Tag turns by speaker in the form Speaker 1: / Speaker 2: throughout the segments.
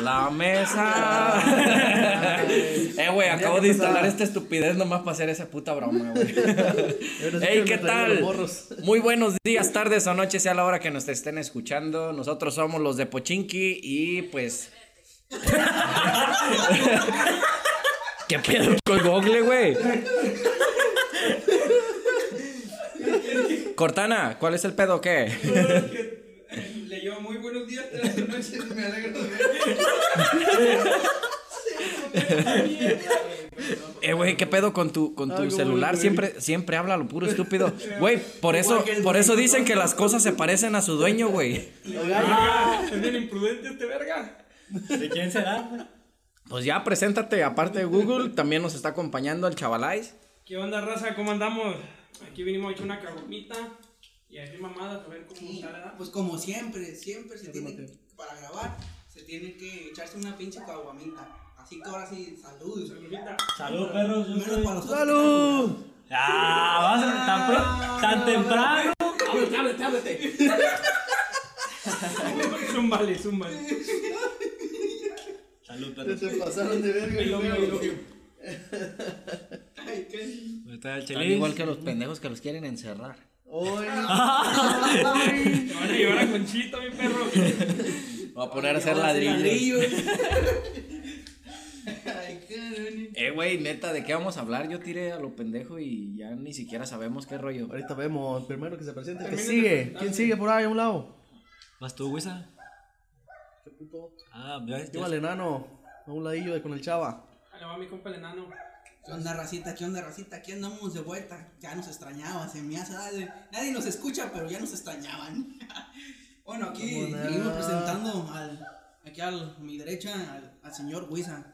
Speaker 1: La mesa. eh, güey, acabo de instalar esta estupidez nomás para hacer esa puta broma, güey. Ey, ¿qué tal? Muy buenos días, tardes o noches, sea la hora que nos estén escuchando. Nosotros somos los de Pochinki y pues. ¿Qué pedo con Google, güey? Cortana, ¿cuál es el pedo o qué?
Speaker 2: Que, eh, Leyó muy buenos días, tardes y noches, me alegro de ver.
Speaker 1: Eh, güey, ¿qué pedo con tu, con tu
Speaker 3: Algo muy
Speaker 1: celular?
Speaker 3: bueno.
Speaker 1: Siempre, siempre habla lo puro estúpido. Güey, por eso, por eso dicen que las cosas se parecen a su dueño, güey.
Speaker 2: Ah, Es bien imprudente este verga.
Speaker 4: ¿De quién será?
Speaker 1: Pues ya, preséntate, aparte de Google, también nos está acompañando el chavalais.
Speaker 2: ¿Qué onda, raza? ¿Cómo andamos? Aquí vinimos a echar una caguamita y a decir mamadas a ver cómo
Speaker 5: Sí,
Speaker 2: está la edad.
Speaker 5: pues como siempre, siempre se tienen para grabar, se tienen que echarse una pinche caguamita. Así que ahora sí, salud.
Speaker 2: Saludita.
Speaker 4: Salud, perros. yo
Speaker 5: Menos
Speaker 4: soy-
Speaker 5: para nosotros. ¡Salud!
Speaker 4: Ah, vas a- tan, pro- tan temprano.
Speaker 2: Zúmbale, zúmbale.
Speaker 4: Salud, perros.
Speaker 3: Se pasaron de verga.
Speaker 2: Ay, lo mío,
Speaker 3: güey.
Speaker 2: lo mío.
Speaker 1: Están igual que los pendejos que los quieren encerrar.
Speaker 3: Hoy.
Speaker 2: Te van a llevar a Conchita, mi perro.
Speaker 1: Voy a poner a hacer ladrillos.
Speaker 3: Ay, cabrón.
Speaker 1: Eh, güey, neta, ¿de qué vamos a hablar? Yo tiré a lo pendejo y ya ni siquiera sabemos qué rollo.
Speaker 3: Ahorita vemos, primero que se presente. ¿Qué
Speaker 2: Termina de
Speaker 3: sigue?
Speaker 2: presentarse.
Speaker 3: ¿Quién sigue por ahí a un lado?
Speaker 4: ¿Vas tú, Wisa? Ah, ya,
Speaker 3: Lleva al
Speaker 4: ya.
Speaker 3: enano. A un ladillo de- con el chava.
Speaker 2: Ahí le va mi compa el enano.
Speaker 5: ¿Qué onda, racita? ¿Qué onda, racita? Aquí andamos de vuelta. Ya nos extrañaban, se me hace. Nadie, nadie nos escucha, pero ya nos extrañaban. bueno, aquí
Speaker 3: Vámonos.
Speaker 5: seguimos presentando al, aquí al- a mi derecha al, al señor Huiza.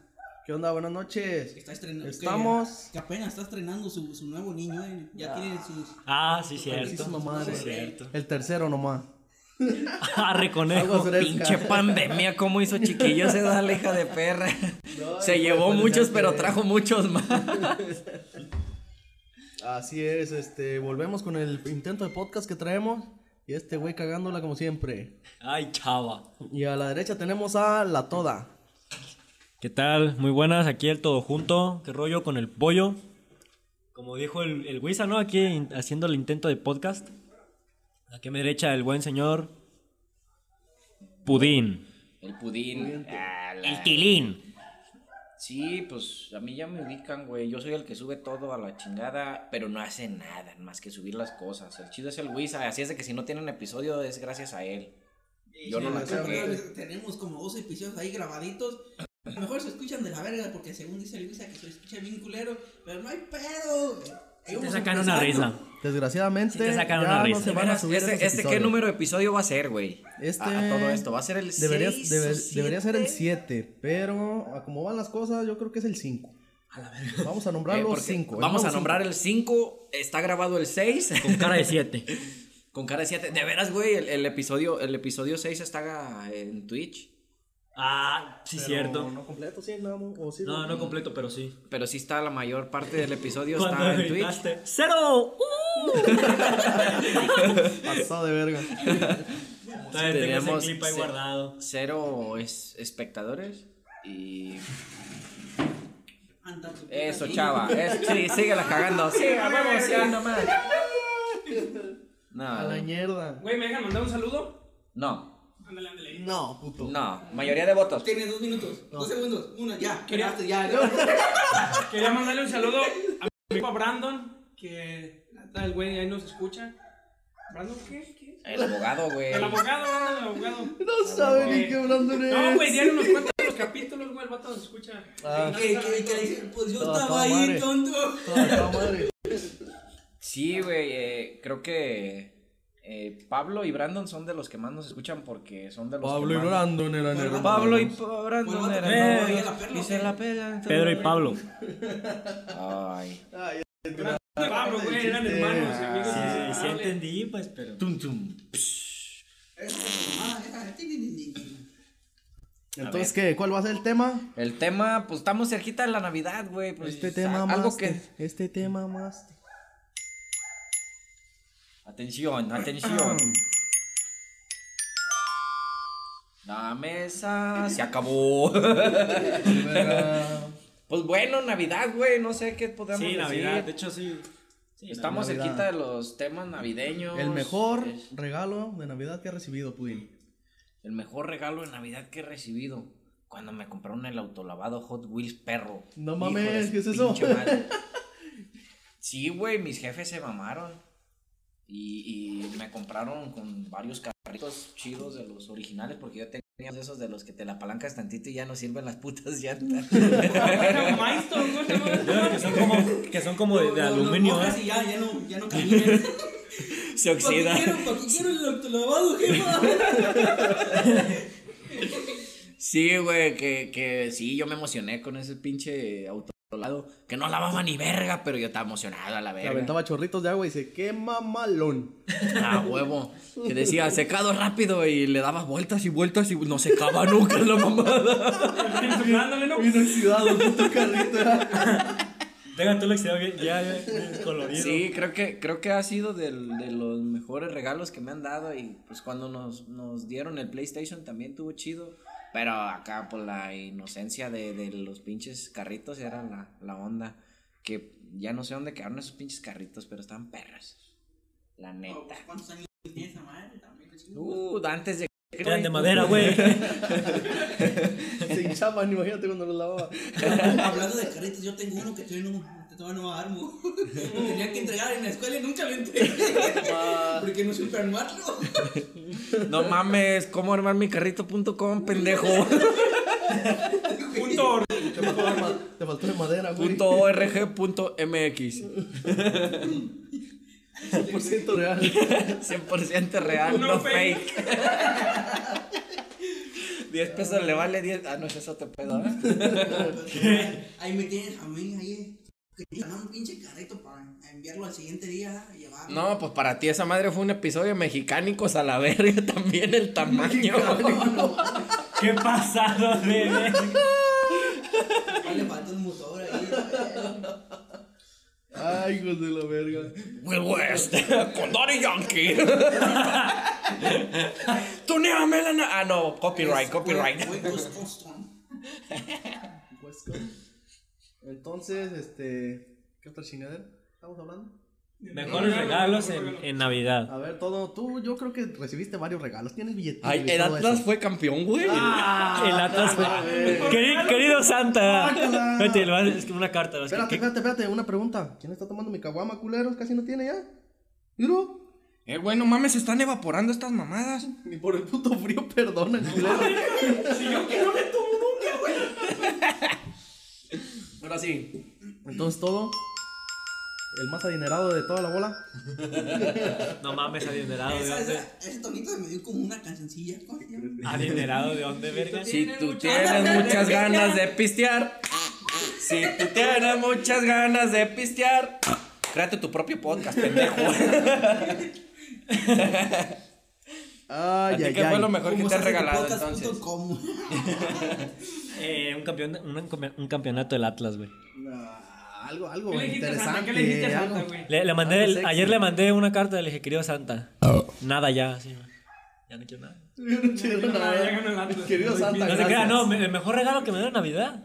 Speaker 3: ¿Qué onda? Buenas noches.
Speaker 5: que está estrenando.
Speaker 3: Estamos-
Speaker 5: Que, que apenas está estrenando su, su nuevo niño, eh. Ya tiene sus.
Speaker 4: Ah, sí, cierto.
Speaker 3: Putísima madre.
Speaker 4: Sí, cierto.
Speaker 3: El tercero nomás.
Speaker 4: Ah, reconejo.
Speaker 3: Aguas frescas.
Speaker 1: Pinche pandemia, cómo hizo chiquillos esa leja de perra.
Speaker 3: No,
Speaker 1: Se
Speaker 3: hijo,
Speaker 1: llevó
Speaker 3: pues,
Speaker 1: muchos,
Speaker 3: ya
Speaker 1: pero
Speaker 3: sé.
Speaker 1: trajo muchos más.
Speaker 3: Así es, este, volvemos con el intento de podcast que traemos. Y este güey cagándola como siempre.
Speaker 4: Ay, chava.
Speaker 3: Y a la derecha tenemos a la toda.
Speaker 4: ¿Qué tal? Muy buenas, aquí el todo junto. ¿Qué rollo con el pollo? Como dijo el, el Wisa, ¿no? Aquí in- haciendo el intento de podcast. Aquí a mi derecha el buen señor Pudín.
Speaker 1: El pudín. Ah, la-
Speaker 4: El Tilín.
Speaker 1: Sí, pues a mí ya me ubican, güey. Yo soy el que sube todo a la chingada, pero no hace nada más que subir las cosas. El chido es el Wisa, así es de que si no tienen episodio es gracias a él. Yo no la
Speaker 3: sí,
Speaker 5: Pero
Speaker 1: cagué.
Speaker 5: bueno, Tenemos como dos episodios ahí grabaditos. A lo Mejor se escuchan de la verga porque según dice el Luisa que se escucha bien culero, pero no hay pedo. Ahí
Speaker 4: Te
Speaker 5: vamos
Speaker 4: sacan una
Speaker 5: empezando.
Speaker 4: risa.
Speaker 3: Desgraciadamente,
Speaker 4: Sí te sacaron
Speaker 3: ya
Speaker 4: una
Speaker 3: no
Speaker 4: risa.
Speaker 3: se van a
Speaker 1: Verás,
Speaker 3: subir
Speaker 1: este,
Speaker 3: esos
Speaker 1: este qué
Speaker 3: episodios.
Speaker 1: número de episodio va a ser, güey. A-
Speaker 3: Este-
Speaker 1: A, todo esto, va a ser el
Speaker 3: Debería,
Speaker 1: seis
Speaker 3: debe-
Speaker 1: o siete?
Speaker 3: debería ser el 7, pero a como van las cosas, yo creo que es el 5. Vamos a
Speaker 1: Eh,
Speaker 3: nombrarlo
Speaker 1: porque
Speaker 3: 5.
Speaker 1: Vamos a nombrar el 5, está grabado el 6
Speaker 4: Con cara de siete.
Speaker 1: con cara de 7. De veras, güey, el, el episodio el episodio 6 está en Twitch,
Speaker 4: Ah, sí, cierto.
Speaker 3: No completo, sí, no, o sí,
Speaker 4: No, no completo, pero sí.
Speaker 1: pero sí está la mayor parte del episodio
Speaker 4: Cuando
Speaker 1: está en Twitch.
Speaker 4: gritaste, ¡Cero!
Speaker 3: Pasado de verga.
Speaker 4: Uh, Todavía tengo ese
Speaker 1: tenemos
Speaker 4: clip ahí
Speaker 1: ce-
Speaker 4: guardado.
Speaker 1: Cero es- espectadores y
Speaker 5: Anda, pues, tu puta
Speaker 1: eso,
Speaker 5: madre.
Speaker 1: chava, es- sí, síguela cagando. Sí, vamos ya nomás.
Speaker 3: A la
Speaker 1: No.
Speaker 3: mierda.
Speaker 2: Güey, ¿me dejan mandar un saludo?
Speaker 1: No.
Speaker 2: Ándale, ándale.
Speaker 3: No, puto.
Speaker 1: No, mayoría de votos.
Speaker 5: Tiene dos minutos, dos segundos, una, ya.
Speaker 2: Quería-
Speaker 5: ganaste, ya, ya.
Speaker 2: Quería mandarle un saludo a mi compa Brandon, que neta, el güey ahí nos escucha. ¿Brandon qué? ¿Qué?
Speaker 1: El abogado, güey.
Speaker 2: El abogado, ándale, el abogado.
Speaker 3: No sabe ni qué hablando
Speaker 2: No, güey,
Speaker 3: eres.
Speaker 2: dieron nos cuenta los capítulos, güey, el vato nos escucha.
Speaker 3: Ah.
Speaker 5: ¿Qué, qué, qué le dicen? Pues yo
Speaker 3: No,
Speaker 5: estaba
Speaker 3: toda
Speaker 5: ahí,
Speaker 3: madre.
Speaker 5: tonto.
Speaker 3: Toda la madre.
Speaker 1: Sí, güey, eh, creo que eh, Pablo y Brandon son de los que más nos escuchan porque son de los que más-
Speaker 3: Brandon eran
Speaker 5: Pablo
Speaker 3: hermanos.
Speaker 1: Pablo y Brandon
Speaker 5: Vuelvo a
Speaker 1: eran novios
Speaker 5: tener novia eh, la perla,
Speaker 1: y
Speaker 5: ¿o
Speaker 1: se
Speaker 5: qué?
Speaker 1: la pegan.
Speaker 4: Pedro y Pablo.
Speaker 1: Ay.
Speaker 3: Ay,
Speaker 2: Pablo, güey, eran
Speaker 3: chiste.
Speaker 2: hermanos y amigos.
Speaker 4: Sí, sí
Speaker 2: inseparables.
Speaker 4: entendí, pues, pero...
Speaker 1: Tum, tum.
Speaker 5: Ah, ya, ti, ti, ti, ti.
Speaker 3: Entonces, ¿qué? ¿Cuál va a ser el tema?
Speaker 1: El tema, pues estamos cerquita de la Navidad, güey. Pues,
Speaker 3: Este
Speaker 1: o sea,
Speaker 3: tema
Speaker 1: Algo
Speaker 3: más.
Speaker 1: que.
Speaker 3: Este tema más.
Speaker 1: Atención, atención. La mesa se acabó. pues bueno, Navidad, güey, no sé qué podemos
Speaker 4: Sí,
Speaker 1: decir.
Speaker 4: Navidad, de hecho sí. Sí,
Speaker 1: Estamos
Speaker 3: Navidad.
Speaker 1: cerquita de los temas navideños.
Speaker 3: El mejor
Speaker 1: Es
Speaker 3: regalo de Navidad que ha recibido Pudín.
Speaker 1: el mejor regalo de Navidad que he recibido. Cuando me compraron el autolavado Hot Wheels perro.
Speaker 3: No
Speaker 1: Hijo de
Speaker 3: mames,
Speaker 1: su
Speaker 3: ¿qué es eso?
Speaker 1: pinche madre. Sí, güey, mis jefes se mamaron. Y, y me compraron con varios carritos chidos de los originales, porque yo tenía de esos de los que te la apalancas tantito y ya no sirven las putas llantas.
Speaker 2: Bueno, Milestone, ¿cómo se
Speaker 4: Yo creo
Speaker 2: llama?
Speaker 4: que son como, que son como de, de
Speaker 5: Lo- lo- lo
Speaker 4: aluminio,
Speaker 5: mojas
Speaker 4: ¿eh?
Speaker 5: y ya, ya no, ya no caminan.
Speaker 1: se
Speaker 5: ¿Para qué
Speaker 1: oxida.
Speaker 5: quiero, pa' qué quiero el autolavado, jefa?
Speaker 1: Sí, güey, que, que sí, yo me emocioné con ese pinche autolavado, que no lavaba ni verga, pero yo estaba emocionado a la
Speaker 3: Le
Speaker 1: verga.
Speaker 3: aventaba chorritos de agua y dice, qué mamalón.
Speaker 1: Ah, huevo. Que decía, secado rápido y le dabas vueltas y vueltas y no secaba nunca la mamada.
Speaker 2: Enchufándole, ¿no?
Speaker 3: Bien oxidado, puto carrito.
Speaker 4: Dejan tú lo que se ve ya, ya colorido.
Speaker 1: Sí, creo que, creo que ha sido del- de los mejores regalos que me han dado y pues cuando nos, nos dieron el PlayStation también tuvo chido. Pero acá por la inocencia de, de los pinches carritos era la, la onda. Que ya no sé dónde quedaron esos pinches carritos, pero estaban perras. La
Speaker 5: Oh,
Speaker 1: neta.
Speaker 5: pues, ¿Cuántos años tiene esa madre? También, chingo.
Speaker 1: Uh, antes de...
Speaker 4: Eran de madera, güey.
Speaker 3: Se hinchaban, imagínate cuando lo lavaba.
Speaker 5: Hablando de carritos, yo tengo uno que todavía no, que todavía no armo. Lo tenía que entregar en la escuela y nunca lo entregué. Porque no supe armarlo.
Speaker 1: No mames, cómo armar mi carrito.com, pendejo.
Speaker 2: Punto or-
Speaker 3: Te faltó, de ma- te faltó de madera, güey.
Speaker 1: punto org punto mx
Speaker 3: 100% real.
Speaker 1: 100% real,
Speaker 2: No
Speaker 1: no
Speaker 2: fake.
Speaker 1: fake. 10 pesos le vale 10. Ah, no es eso, te pedo. ¿eh?
Speaker 5: Ahí me tienes a mí, ahí. Que armar un pinche carrito para enviarlo al siguiente día y llevarlo.
Speaker 1: No, pues para ti esa madre fue un episodio mexicánicos a la verga también el tamaño.
Speaker 4: Qué pasado de
Speaker 5: Ahí le faltó un motor ahí.
Speaker 3: Ay, hijos de la verga.
Speaker 1: Will West, con Daddy Yankee. Tuneame la. na- Ah, no, copyright, copyright.
Speaker 5: Fue- fue Ghost Custom.
Speaker 3: Huesco. Entonces, este. ¿Qué otra chingadera estamos hablando?
Speaker 4: Mejores regalos en, en Navidad.
Speaker 3: A ver, todo. Tú, yo creo que recibiste varios regalos. Tienes billetes.
Speaker 1: Ay, el Atlas fue campeón, güey.
Speaker 4: El Atlas fue- Querido, querido Santa. Vete, le vas- es que una carta. es que-
Speaker 3: Espérate,
Speaker 4: que-
Speaker 3: espérate, espérate. Una pregunta. ¿Quién está tomando mi caguama, culeros? Casi no tiene ya. ¿Miro?
Speaker 1: Eh, güey, no mames, se están evaporando estas mamadas.
Speaker 3: Ni por el puto frío, perdona, culero.
Speaker 2: Si yo que no me tomo nunca, güey.
Speaker 1: Ahora sí.
Speaker 3: Entonces, todo. El más adinerado de toda la bola.
Speaker 4: No mames, adinerado de
Speaker 5: Esa-
Speaker 4: dónde.
Speaker 5: esa- Ese tonito me dio como una cancioncilla. ¿Cómo se llama?
Speaker 4: Adinerado de dónde, verga.
Speaker 1: Si tú tienes muchas ganas de pistear, si tú tienes muchas ganas de pistear, créate tu propio podcast, pendejo.
Speaker 3: Ay,
Speaker 1: ¿A ti
Speaker 3: ay,
Speaker 1: qué
Speaker 3: ay.
Speaker 1: fue lo mejor que
Speaker 5: ¿Cómo
Speaker 1: te
Speaker 5: se
Speaker 1: han
Speaker 5: hace tu
Speaker 1: regalado
Speaker 5: podcast punto
Speaker 1: entonces?
Speaker 5: com?
Speaker 4: Eh, un, campeón, un, campe- un campeonato del Atlas, güey.
Speaker 3: Ah, algo, algo
Speaker 2: ¿Qué le dijiste a Santa?
Speaker 3: interesante.
Speaker 2: ¿Qué le dijiste a Santa,
Speaker 3: algo.
Speaker 2: güey?
Speaker 4: Le, le mandé,
Speaker 3: Algo sexy.
Speaker 4: ayer le mandé una carta, le dije, querido Santa. Nada ya, sí, güey. Ya no quiero nada.
Speaker 3: Yo no quiero
Speaker 2: No,
Speaker 3: nada.
Speaker 2: ya ganó el Atlas.
Speaker 3: Querido Santa,
Speaker 4: No se crea,
Speaker 3: gracias.
Speaker 4: no, me- el mejor regalo que me dio en Navidad.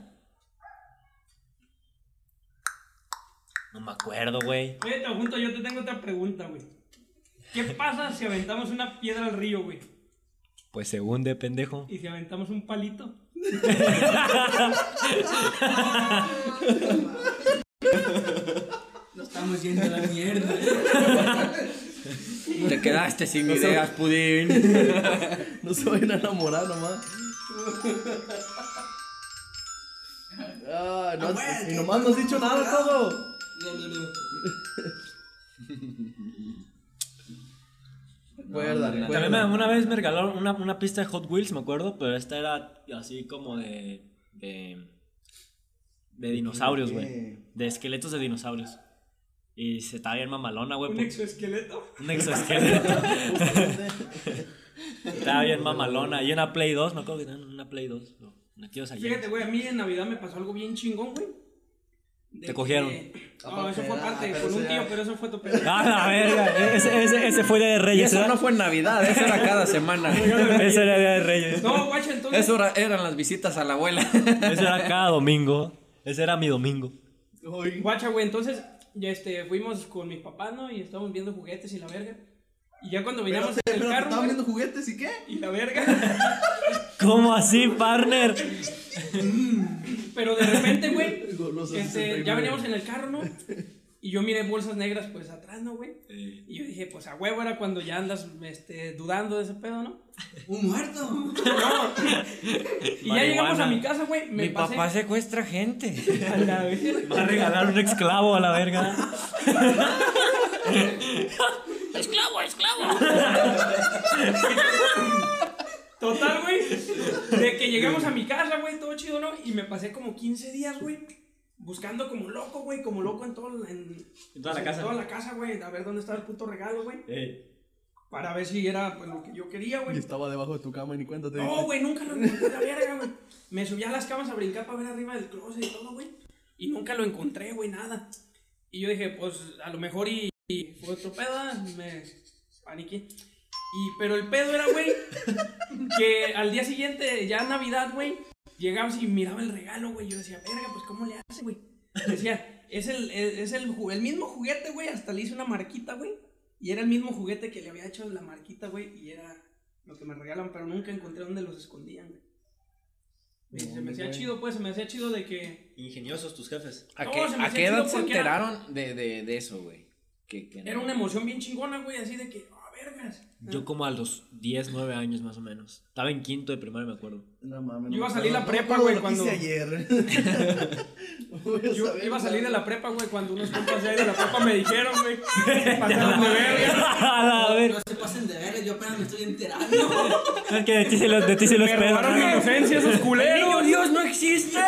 Speaker 4: No me acuerdo, güey.
Speaker 2: Oye, te junto, yo te tengo otra pregunta, güey. ¿Qué pasa si aventamos una piedra al río, güey?
Speaker 4: Pues se hunde, pendejo.
Speaker 2: Y si aventamos un palito.
Speaker 5: Nos estamos yendo a la mierda.
Speaker 1: Te quedaste sin ideas, pudín.
Speaker 3: No se vayan a enamorar nomás. Ah, no,
Speaker 5: Ah, güey,
Speaker 3: y nomás no has dicho nada todo. Recuerda,
Speaker 4: También me-
Speaker 3: recuerda.
Speaker 4: una vez me regalaron una, una pista de Hot Wheels, me acuerdo, pero esta era así como de. de. de dinosaurios, güey. De esqueletos de dinosaurios. Y se estaba bien mamalona, güey.
Speaker 2: Un
Speaker 4: por-
Speaker 2: exoesqueleto.
Speaker 4: Un exoesqueleto. estaba bien mamalona. Y una Play 2, me acuerdo que tenían una Play 2. No, metidos allí.
Speaker 2: Fíjate, güey, a mí en Navidad me pasó algo bien chingón, güey.
Speaker 4: Te cogieron.
Speaker 2: No, eso fue
Speaker 3: Ah,
Speaker 2: aparte,
Speaker 3: pero
Speaker 2: con
Speaker 3: eso
Speaker 2: un
Speaker 3: ya-
Speaker 2: tío, pero eso fue tu pedo.
Speaker 4: Ah, la verga. Ese, ese, ese fue de Reyes.
Speaker 1: eso
Speaker 4: ¿verdad?
Speaker 1: no fue en Navidad, eso era cada semana.
Speaker 4: Ese era Día de Reyes.
Speaker 2: No, guacha, entonces.
Speaker 1: Eso era- eran las visitas a la abuela.
Speaker 4: Ese era cada domingo. Ese era mi domingo.
Speaker 2: Guacha, güey, entonces ya este, fuimos con mis papás, ¿no? Y estábamos viendo juguetes y la verga. Y ya cuando
Speaker 3: Pero,
Speaker 2: veníamos
Speaker 3: se-
Speaker 2: en el
Speaker 3: pero
Speaker 2: carro.
Speaker 3: estaban
Speaker 2: güey,
Speaker 3: viendo juguetes y qué?
Speaker 2: Y la verga.
Speaker 4: ¿Cómo así, partner?
Speaker 2: Pero de repente, güey.
Speaker 3: Goloso
Speaker 2: este,
Speaker 3: 69.
Speaker 2: ya veníamos en el carro, ¿no? Y yo miré bolsas negras, pues atrás, ¿no, güey?
Speaker 4: Eh.
Speaker 2: Y yo dije, pues a huevo era cuando ya andas este, dudando de ese pedo, ¿no?
Speaker 5: Un muerto.
Speaker 2: Y ya llegamos a
Speaker 4: Marihuana.
Speaker 2: mi casa, güey. Me
Speaker 1: Mi
Speaker 2: pasé.
Speaker 1: papá secuestra gente.
Speaker 2: A la verga.
Speaker 4: Va a regalar un esclavo a la verga.
Speaker 2: Total, güey. De que llegamos a mi casa, güey, todo chido, ¿no? Y me pasé como 15 días, güey. Buscando como loco, güey, como loco en todo en,
Speaker 4: En toda la
Speaker 2: en
Speaker 4: casa.
Speaker 2: toda la casa, güey, a ver dónde estaba el puto regalo, güey,
Speaker 4: Ey.
Speaker 2: para ver si era pues, lo que yo quería,
Speaker 3: Y
Speaker 2: güey.
Speaker 3: estaba debajo de tu cama y ni cuenta te
Speaker 2: No,
Speaker 3: diste.
Speaker 2: güey, nunca lo encontré la verga, güey. Me subí a las camas a brincar para ver arriba del closet y todo, güey. Y nunca lo encontré, güey, nada. Y yo dije, pues a lo mejor y, y fue otro pedo, ah, me paniqué. Y, pero el pedo era, güey, que al día siguiente, ya Navidad, güey, llegamos y miraba el regalo, güey. Yo decía, verga, pues ¿cómo le hace, güey? Decía, es el, es el, ju- el mismo juguete, güey, hasta le hice una marquita, güey. Y era el mismo juguete que le había hecho la marquita, güey, y era lo que me regalan, pero nunca encontré dónde los escondían, güey. Y se me hacía chido, pues, se me hacía chido de que...
Speaker 4: Ingeniosos tus jefes.
Speaker 1: ¿A
Speaker 2: No,
Speaker 1: qué,
Speaker 2: se me
Speaker 1: a
Speaker 2: hacía
Speaker 1: qué
Speaker 2: chido
Speaker 1: edad se
Speaker 2: porque era-
Speaker 1: enteraron de, de, de eso, güey? Que- que no.
Speaker 2: Era una emoción bien chingona, güey, así de que, ah, vergas.
Speaker 4: Yo como a los 10, 9 años más o menos. Estaba en quinto de primaria, me acuerdo.
Speaker 3: No mames.
Speaker 2: Yo iba a
Speaker 3: no,
Speaker 2: salir la
Speaker 3: no,
Speaker 2: prepa,
Speaker 3: no,
Speaker 2: güey,
Speaker 3: lo hice
Speaker 2: cuando-
Speaker 3: ayer.
Speaker 2: Yo iba a salir de la prepa, güey, cuando unos compas ya de la prepa me dijeron, güey, pasaron de verga.
Speaker 4: A la verga.
Speaker 5: No se pasen de ver, yo apenas me estoy enterando.
Speaker 4: Es que de ti se los, de ti se los
Speaker 2: Me robaron mi
Speaker 4: pedo.
Speaker 2: inocencia esos
Speaker 1: ¡Niño
Speaker 2: culeros.
Speaker 1: Dios no existe!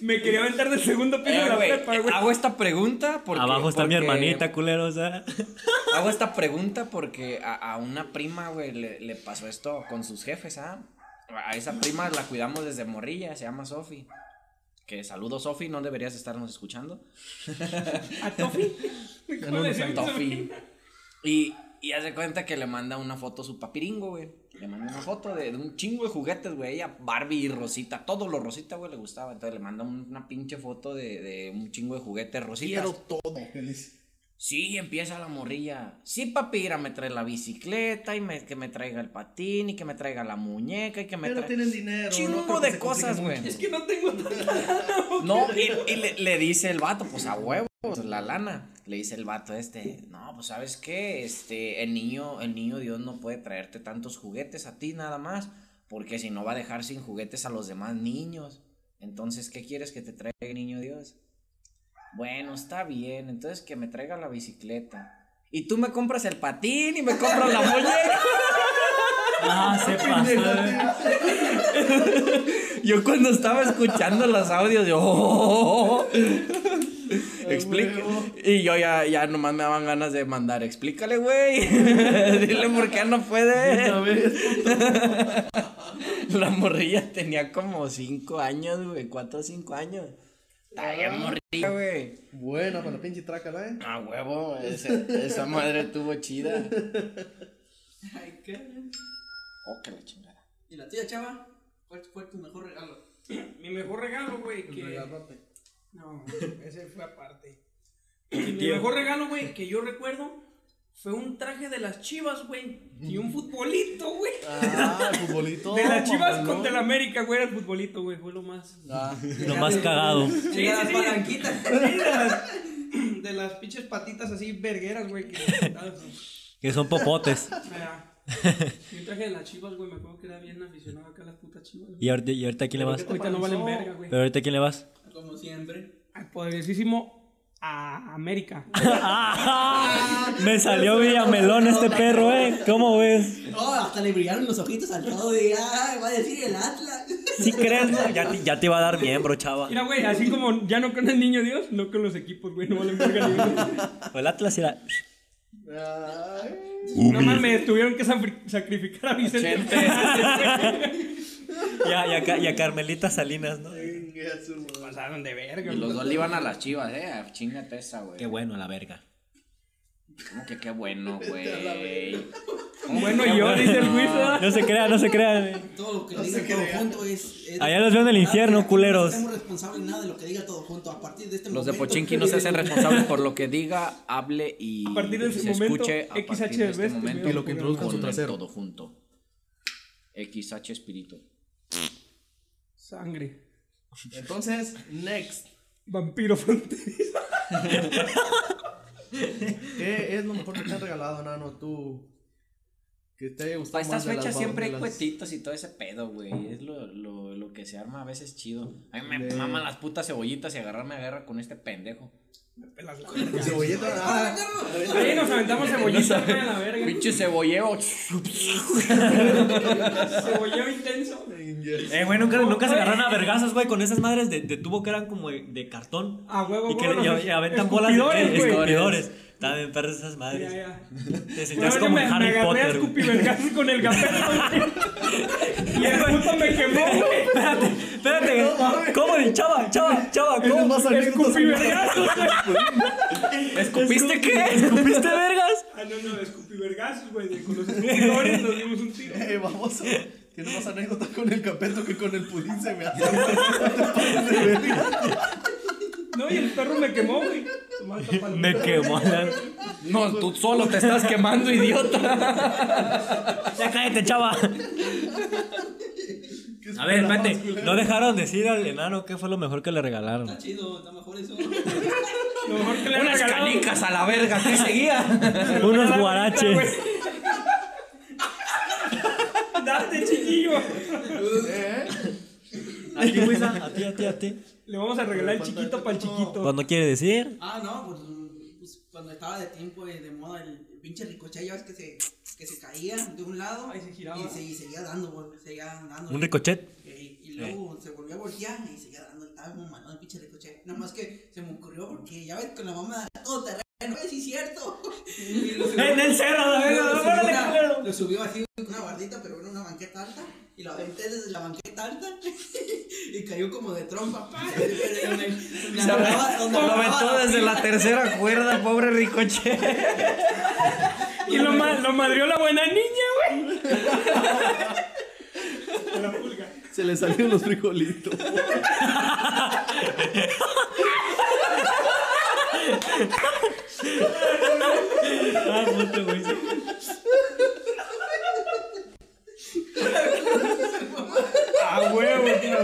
Speaker 2: Me quería aventar del segundo piso de
Speaker 1: Eh,
Speaker 2: la
Speaker 1: güey,
Speaker 2: prepa, güey.
Speaker 1: hago esta pregunta porque...
Speaker 4: Abajo está mi
Speaker 1: porque-
Speaker 4: hermanita, ¿ah? culero, o sea.
Speaker 1: Hago esta pregunta porque a, a una prima, güey, le, le pasó esto con sus jefes, ¿ah? A esa prima la cuidamos desde morrilla, se llama Sofi. Que saludo, Sofi, no deberías estarnos escuchando.
Speaker 2: A Tofi. ¿Cómo le decían?
Speaker 1: Tofi. Y, y hace cuenta que le manda una foto a su papiringo, güey. Le manda una foto de, de un chingo de juguetes, güey. Ella, Barbie y Rosita, todo lo Rosita, güey, le gustaba. Entonces le manda un- una pinche foto de, de un chingo de juguetes Rositas.
Speaker 3: Quiero todo. Feliz.
Speaker 1: Sí, y empieza la morrilla. Sí, papi, ir a me trae la bicicleta y me- que me traiga el patín y que me traiga la muñeca y que me
Speaker 3: Pero
Speaker 1: traiga...
Speaker 3: tienen dinero.
Speaker 1: Chingo
Speaker 3: no creo que
Speaker 1: de
Speaker 3: se complique
Speaker 1: cosas,
Speaker 3: mucho.
Speaker 1: güey.
Speaker 2: Es que no tengo tanta lana, güey.
Speaker 1: No, y, y le, le dice el vato, pues a huevo, la lana. Le dice el vato este, no, pues sabes qué, este, el niño, el niño Dios no puede traerte tantos juguetes a ti nada más, porque si no va a dejar sin juguetes a los demás niños. Entonces, ¿qué quieres que te traiga el niño Dios? Bueno, está bien, entonces que me traiga la bicicleta. Y tú me compras el patín y me compras la muñeca.
Speaker 4: Ah, se pasó.
Speaker 1: Yo cuando estaba escuchando los audios, yo... "Oh". Explica.
Speaker 3: huevo.
Speaker 1: Y yo ya, ya nomás me daban ganas de mandar, explícale, güey. Dile por qué no
Speaker 3: Una
Speaker 1: puede.
Speaker 3: vez.
Speaker 1: La morrilla tenía como 5 años, güey, 4 o 5 años. Está bien morrilla, güey.
Speaker 3: Buena para la pinche trácala, eh.
Speaker 1: A huevo, ese- esa madre tuvo chida.
Speaker 5: Ay, qué.
Speaker 1: Oh, que la chingada.
Speaker 5: ¿Y la tuya, chava? ¿Cuál fue tu mejor regalo?
Speaker 2: Mi mejor regalo, güey,
Speaker 3: El
Speaker 2: que...
Speaker 3: regalote.
Speaker 2: No, ese fue aparte. Y mi mejor regalo, güey, que yo recuerdo fue un traje de las chivas, güey. Y un futbolito, güey.
Speaker 3: Ah, el futbolito.
Speaker 2: De las chivas
Speaker 3: mamalón.
Speaker 2: contra el América, güey, era el futbolito, güey. Fue lo más.
Speaker 3: Ah,
Speaker 4: Lo más cagado.
Speaker 5: Sí,
Speaker 2: sí,
Speaker 5: las
Speaker 2: sí.
Speaker 5: palanquitas.
Speaker 2: Sí, de las, de las pinches patitas así vergueras, güey. Que,
Speaker 4: Que son popotes.
Speaker 2: Mira, y un traje de las chivas, güey. Me acuerdo que era bien aficionado acá a las putas chivas. güey.
Speaker 4: ¿Y ahorita, y ahorita a quién le vas?
Speaker 2: Ahorita no valen verga, güey.
Speaker 4: ¿Pero ahorita a quién le vas?
Speaker 5: Como siempre.
Speaker 2: Al poderosísimo a América.
Speaker 4: Me salió Villamelón este perro, ¿eh? ¿Cómo ves?
Speaker 5: Oh, hasta le brillaron los ojitos al todo y ay, va a decir el Atlas.
Speaker 4: Si crees, no? ya, te- ya te iba a dar miembro, chava.
Speaker 2: Mira, güey, así como ya no con el niño Dios, no con los equipos, güey. No valen verga ninguno.
Speaker 4: El Atlas era.
Speaker 3: ay.
Speaker 2: No mames, tuvieron que safri- sacrificar a Vicente.
Speaker 1: Gente,
Speaker 4: Y a, y a Ca- y a Carmelita Salinas, ¿no?
Speaker 3: Chingue a su madre.
Speaker 2: Pasaron de verga.
Speaker 1: Y los dos le iban a las chivas, eh. Chingate esa, güey.
Speaker 4: Qué bueno, la verga.
Speaker 1: ¿Cómo que qué bueno, güey? ¿Cómo
Speaker 2: Bueno,
Speaker 1: que qué
Speaker 2: yo, dice el
Speaker 1: No.
Speaker 2: Luis, ¿verdad?
Speaker 4: No se crean, no se crean. eh.
Speaker 5: Todo lo que
Speaker 3: No
Speaker 5: diga
Speaker 3: se
Speaker 5: todo
Speaker 3: crea.
Speaker 5: junto es. es-
Speaker 4: Allá los veo en el infierno,
Speaker 5: Aquí No
Speaker 4: culeros.
Speaker 5: estamos responsables de nada de lo que diga todo junto. A partir de este
Speaker 1: Los
Speaker 5: momento.
Speaker 1: de Pochinki no se hacen responsables por lo que diga, hable y
Speaker 2: A partir de ese
Speaker 1: se
Speaker 2: momento,
Speaker 1: escuche a
Speaker 2: XH
Speaker 1: partir de este
Speaker 2: Best,
Speaker 1: momento
Speaker 2: Y
Speaker 3: lo que introduzca en su
Speaker 1: con el
Speaker 3: trasero.
Speaker 1: todo junto. XH Espíritu.
Speaker 2: Sangre.
Speaker 3: Entonces, next.
Speaker 2: Vampiro fronterizo.
Speaker 3: ¿Qué es lo mejor que te han regalado, Nano? Tú. Que te haya
Speaker 1: Para
Speaker 3: gustado
Speaker 1: estas
Speaker 3: más de las
Speaker 1: fechas
Speaker 3: ba-
Speaker 1: siempre
Speaker 3: de
Speaker 1: hay
Speaker 3: las-
Speaker 1: cuetitos y todo ese pedo, güey. Es lo, lo, lo que se arma a veces chido. A mí me
Speaker 3: De-
Speaker 1: maman las putas cebollitas y agarrarme a guerra con este pendejo.
Speaker 2: Pelas la verga.
Speaker 3: Cebolleta, ah,
Speaker 2: Ahí nos aventamos cebollita, güey, a la verga.
Speaker 1: Pinche cebolleo.
Speaker 2: Cebolleo intenso.
Speaker 3: chingue.
Speaker 4: Eh, güey, nunca, nunca se agarran a vergazas, güey, con esas madres de, de tubo que eran como de, de cartón.
Speaker 2: A huevo,
Speaker 4: Y que
Speaker 2: huevo,
Speaker 4: le- y
Speaker 2: los
Speaker 4: y aventan bolas de
Speaker 2: escupidores,
Speaker 4: eh,
Speaker 2: güey.
Speaker 4: escupidores. También perras esas madres.
Speaker 2: Ya, ya.
Speaker 4: Te
Speaker 2: Una
Speaker 4: sentías
Speaker 2: vez
Speaker 4: como
Speaker 2: me,
Speaker 4: en
Speaker 2: me
Speaker 4: Harry
Speaker 2: agarré a
Speaker 4: Potter. güey.
Speaker 2: escupivergazos con el gafete. y el puto me quemó, güey.
Speaker 4: Espérate, espérate. ¿Cómo? Chava, chava, chava,
Speaker 3: Es
Speaker 4: ¿cómo?
Speaker 3: más anécdotas.
Speaker 2: Escupivergazos, güey.
Speaker 1: ¿Escupiste qué?
Speaker 4: ¿Escupiste vergas?
Speaker 2: Ah, no, no, escupivergazos, güey. de- Con los escupidores nos dimos un tiro.
Speaker 3: Eh, vamos. Tiene más anécdotas con el capeto que con el pudín se me hace.
Speaker 2: No, y el perro me quemó, güey. Tomás tapando.
Speaker 4: Me quemó.
Speaker 1: No, tú solo te estás quemando, idiota.
Speaker 4: Ya cállate, chava. A ver, espérate. No dejaron decir al enano qué fue lo mejor que le regalaron.
Speaker 5: Está chido, está mejor eso.
Speaker 2: Lo mejor que le han
Speaker 1: Unas
Speaker 2: regalado.
Speaker 1: canicas a la verga, ¿qué seguía?
Speaker 4: Unos
Speaker 2: Ah, güey.
Speaker 4: guaraches.
Speaker 2: Date, chiquillo.
Speaker 3: ¿Eh?
Speaker 4: A ti, Wisa, a ti, a ti, a ti.
Speaker 2: Le vamos a regalar el chiquito para el chiquito.
Speaker 4: Cuando quiere decir.
Speaker 5: Ah, no, pues, mm, pues, cuando estaba de tiempo y de moda el, el pinche ricochet, ya ves que se, que se caía de un lado
Speaker 2: Ay, se giraba.
Speaker 5: y, se- y seguía dando, vol- seguía dando.
Speaker 4: Un ricochet.
Speaker 5: Ey, y luego se volvió a voltear y seguía dando, estaba muy malo el pinche ricochet. Nada más que se me ocurrió porque ya ves que la mamá da todo terreno, es cierto. Y lo subió-
Speaker 4: En el cerro, la verga,
Speaker 5: Lo
Speaker 4: órale,
Speaker 5: subió una-
Speaker 4: culero.
Speaker 5: Lo subió así con una bardita, pero en una banqueta alta. Y lo aventé desde la banqueta alta y cayó como de trompa. pa, y me- me- me
Speaker 1: Se
Speaker 5: agarraba- donde
Speaker 1: Lo
Speaker 5: agarraba
Speaker 1: aventó desde
Speaker 5: pila.
Speaker 1: la tercera cuerda, pobre Ricoche.
Speaker 2: Y lo, ma- lo madrió la buena niña, güey. La pulga.
Speaker 3: Se le salieron los frijolitos.
Speaker 4: Ah, puto, güey.
Speaker 2: A Ah, huevo, tío.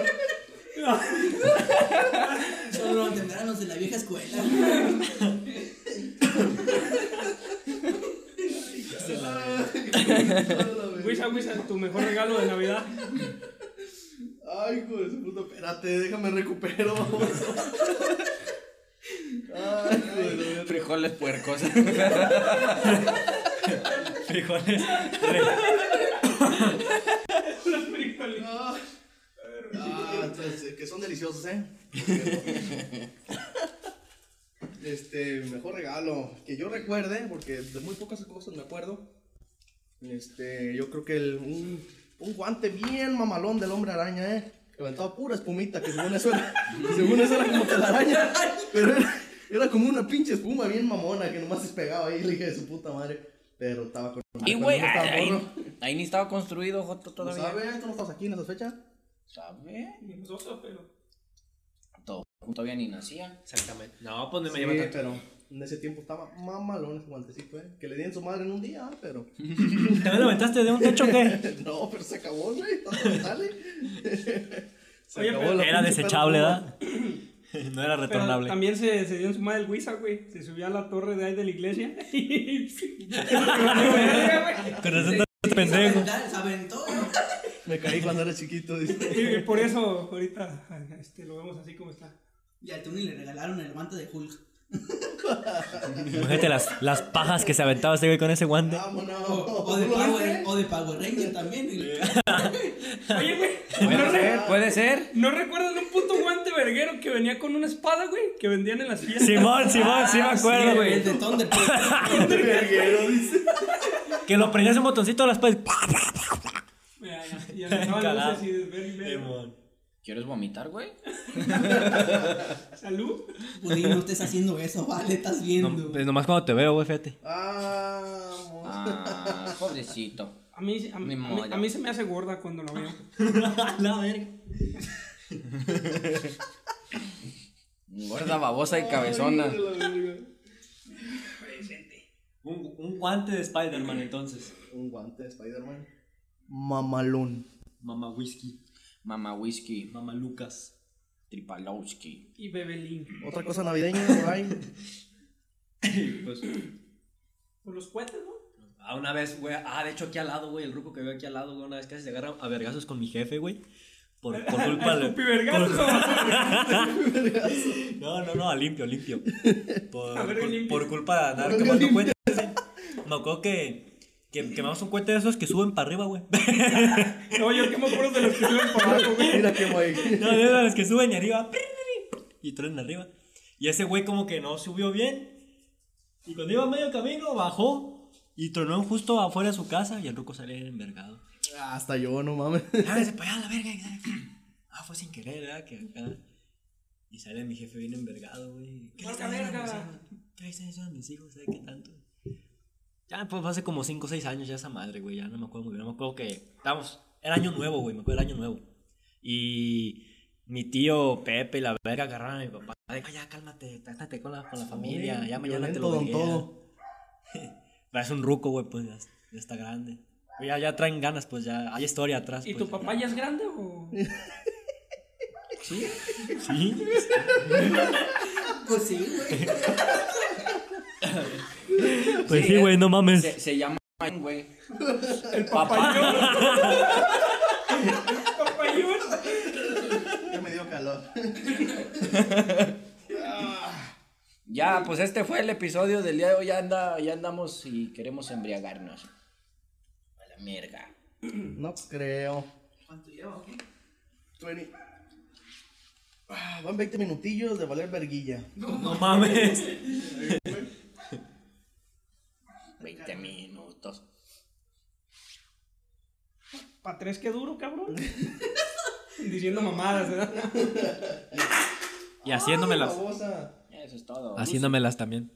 Speaker 5: Solo lo entenderán los de la vieja escuela.
Speaker 2: Wisa, Wisa, tu mejor regalo de Navidad.
Speaker 3: Ay, hijo de su puta, espérate, déjame recupero, vamos. Ay, hijo de la verga.
Speaker 1: Frijoles puercos.
Speaker 4: Frijoles.
Speaker 2: Los frijoles.
Speaker 3: Ah, ah, entonces, que son deliciosos, ¿eh? Este, mejor regalo, que yo recuerde, porque de muy pocas cosas me acuerdo. Este, yo creo que el- un, un guante bien mamalón del hombre araña, ¿eh? Que aventaba pura espumita, que según eso era, según eso era como telaraña, pero era, era como una pinche espuma bien mamona que nomás se pegaba ahí, le dije de su puta madre. Pero estaba con.
Speaker 1: Y
Speaker 3: cuando
Speaker 1: güey,
Speaker 3: uno estaba morro. Pues,
Speaker 1: ahí, ahí ni estaba construido, Joto,
Speaker 3: ¿No
Speaker 1: todavía.
Speaker 3: sabes? ¿Tú no estás aquí en esa fecha?
Speaker 1: ¿Sabe?
Speaker 2: Los osos, pero.
Speaker 1: Todo, todavía ni nacía.
Speaker 4: Exactamente. No, pues no me
Speaker 3: Sí,
Speaker 4: lleva tanto.
Speaker 3: pero en ese tiempo estaba mamalón ese guantecito, ¿eh? Que le dieron su madre en un día, ah, pero.
Speaker 4: ¿También lo aventaste de un techo o qué?
Speaker 3: no, pero se acabó, güey. Tanto que sale. Se
Speaker 2: Oye, pero-
Speaker 3: la
Speaker 4: Era
Speaker 3: pinche
Speaker 4: desechable,
Speaker 3: perra.
Speaker 4: ¿verdad? No era
Speaker 2: Pero
Speaker 4: retornable.
Speaker 2: también se, se dio en su madre el Wisa, güey. Se subió a la torre de ahí de la iglesia. Y-
Speaker 4: Con razón tan pendejo.
Speaker 5: Se aventó.
Speaker 3: Me caí cuando era chiquito, dice.
Speaker 2: y por eso ahorita este, lo vemos así como está.
Speaker 5: Y a Tony le regalaron el guante de Hulk.
Speaker 4: Imagínate las, las pajas que se aventaba ese güey con ese guante.
Speaker 3: Vámonos.
Speaker 5: O, o de
Speaker 3: Oh,
Speaker 5: ¿eh?
Speaker 3: ¿Tú lo viste?
Speaker 5: Power, o de Power Ranger también. y le-
Speaker 2: Oye, güey.
Speaker 1: Puede ser, puede ser.
Speaker 2: ¿No recuerdan un puto guante verguero que venía con una espada, güey? Que vendían en las fiestas.
Speaker 4: Simón, Simón, sí me
Speaker 1: Ah,
Speaker 4: acuerdo.
Speaker 5: El de Thunder.
Speaker 3: Verguero, dice.
Speaker 4: que lo prendías un botoncito a las paredes.
Speaker 2: Mira, ya, ya lanzaban luces y desver- ver-
Speaker 4: Simón.
Speaker 1: ¿Quieres vomitar, güey?
Speaker 2: Salud.
Speaker 5: Pudín, Pues, no estés haciendo eso, vale, estás viendo.
Speaker 4: No, pues nomás cuando te veo, güey, fíjate.
Speaker 3: Ah, mo-
Speaker 1: Ah, pobrecito.
Speaker 2: A mí, a,
Speaker 1: Ni
Speaker 2: a mí-
Speaker 1: modo.
Speaker 2: a mí se me hace gorda cuando la veo.
Speaker 5: la verga.
Speaker 1: Gorda, babosa y cabezona.
Speaker 3: Ay, la verga.
Speaker 4: Un, un guante de Spider-Man, entonces.
Speaker 3: Un guante de Spider-Man. Mamalón.
Speaker 4: Mamá Whisky,
Speaker 1: Mamá Whisky,
Speaker 4: Mamá Lucas.
Speaker 1: Tripalowski.
Speaker 2: Y Bebelín.
Speaker 3: Otra cosa navideña, por ahí.
Speaker 4: pues,
Speaker 2: Por los cohetes, ¿no?
Speaker 4: ah, una vez, güey. Ah, de hecho, aquí al lado, güey. El grupo que veo aquí al lado, güey. Una vez casi se agarra a vergazos con mi jefe, güey. Por, por culpa de.
Speaker 2: Pibergazo.
Speaker 4: No, no, no, a limpio, limpio. Por,
Speaker 2: A ver,
Speaker 4: por-
Speaker 2: limpio.
Speaker 4: por culpa de andar quemando cohetes. güey. Me acuerdo que, que quemamos un cohete de esos que suben para arriba, güey.
Speaker 2: No, yo quemo puros de los que suben por abajo, güey.
Speaker 3: Mira qué güey.
Speaker 4: No, de esos que suben y arriba. Y traen arriba. Y ese güey como que no subió bien. Y cuando iba a medio camino, bajó. Y tronó justo afuera de su casa y el ruco salió envergado.
Speaker 3: Ah, Hasta yo, no mames.
Speaker 4: Ah, ese para allá, la verga. Ah, fue sin querer, ¿verdad? Que acá. Y sale mi jefe bien envergado, güey. ¿Qué
Speaker 2: Guarda
Speaker 4: le están diciendo a mis
Speaker 2: verga.
Speaker 4: hijos? ¿Qué le están diciendo a mis hijos? ¿Sabe qué tanto? Ya, pues hace como 5 o 6 años ya esa madre, güey. Ya no me acuerdo muy bien. No me acuerdo que. Estábamos. Era año nuevo, güey. Me acuerdo del año nuevo. Y. Mi tío Pepe y la verga agarraron a mi papá. Dijo, ya cálmate, trátate con la, con la familia. Ya mañana te
Speaker 3: Violento,
Speaker 4: lo
Speaker 3: don
Speaker 4: vergueas".
Speaker 3: todo.
Speaker 4: Pero Es un ruco, güey, pues ya, ya está grande. Ya, ya traen ganas, pues ya hay historia atrás.
Speaker 2: ¿Y
Speaker 4: pues,
Speaker 2: tu papá ya es grande o.?
Speaker 4: Sí.
Speaker 5: Pues sí, güey.
Speaker 4: Pues sí, güey, no mames.
Speaker 1: Se, se llama, güey.
Speaker 2: El papayón. papayón.
Speaker 3: Ya me dio calor.
Speaker 1: Ya, pues este fue el episodio del día de hoy. Ya, anda, ya andamos y queremos embriagarnos. A la mierda.
Speaker 3: No creo.
Speaker 5: ¿Cuánto lleva o qué?
Speaker 3: 20. Ah, van 20 minutillos de valer verguilla.
Speaker 4: No mames.
Speaker 1: 20 minutos.
Speaker 2: Pa' tres que duro, cabrón. Diciendo mamadas, ¿verdad?
Speaker 4: Y haciéndomelas.
Speaker 3: Babosa.
Speaker 1: Eso es todo.
Speaker 4: Haciéndomelas también.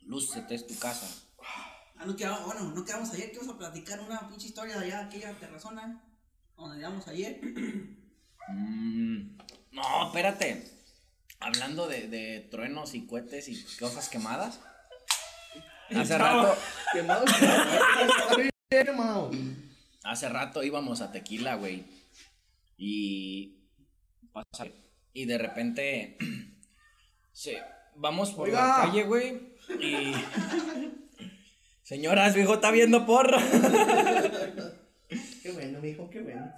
Speaker 1: Luz, lúcete, es tu casa.
Speaker 5: Ah, no quedamos, bueno, no quedamos ayer, que vamos a platicar una pinche historia de allá, aquella terrazona, donde llegamos ayer.
Speaker 1: Mm, no, espérate. Hablando de, de truenos y cohetes y cosas quemadas. Hace
Speaker 2: Chava.
Speaker 1: rato,
Speaker 3: Quemado. Está bien quemado.
Speaker 1: hace rato íbamos a tequila, güey. Y. pasa- Y de repente. se- vamos por la
Speaker 3: Oiga.
Speaker 1: calle, güey. Y. Señora, su hijo está viendo porro.
Speaker 3: Qué bueno, mijo, qué bueno.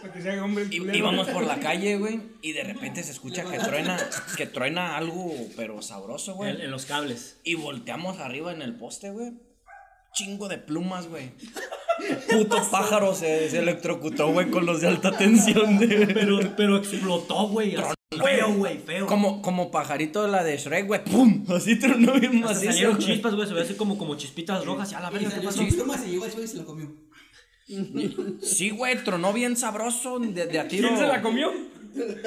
Speaker 2: Para que se haga hombre. el
Speaker 1: Y-
Speaker 2: culero.
Speaker 1: Íbamos por la calle, güey. Y de repente se escucha que truena. Que truena algo, pero sabroso, güey.
Speaker 4: En, en los cables.
Speaker 1: Y volteamos arriba en el poste, güey. Chingo de plumas, güey. Puto pájaro se, se electrocutó, güey, con los de alta tensión. De...
Speaker 4: Pero, pero explotó, güey. así. Feo, güey, feo.
Speaker 1: Como, como pajarito de la de Shrek, güey. ¡Pum! Así tronó bien
Speaker 4: Hasta
Speaker 1: macizo.
Speaker 4: salieron
Speaker 1: güey.
Speaker 4: chispas, güey. Se ve así como, como chispitas rojas. Y a la
Speaker 5: Y
Speaker 4: verga, ¿qué
Speaker 5: salió
Speaker 4: pasó?
Speaker 5: su pluma, se llegó al suelo y se lo comió.
Speaker 1: Sí, güey, tronó bien sabroso de, de a tiro.
Speaker 2: ¿Quién se la comió?
Speaker 5: El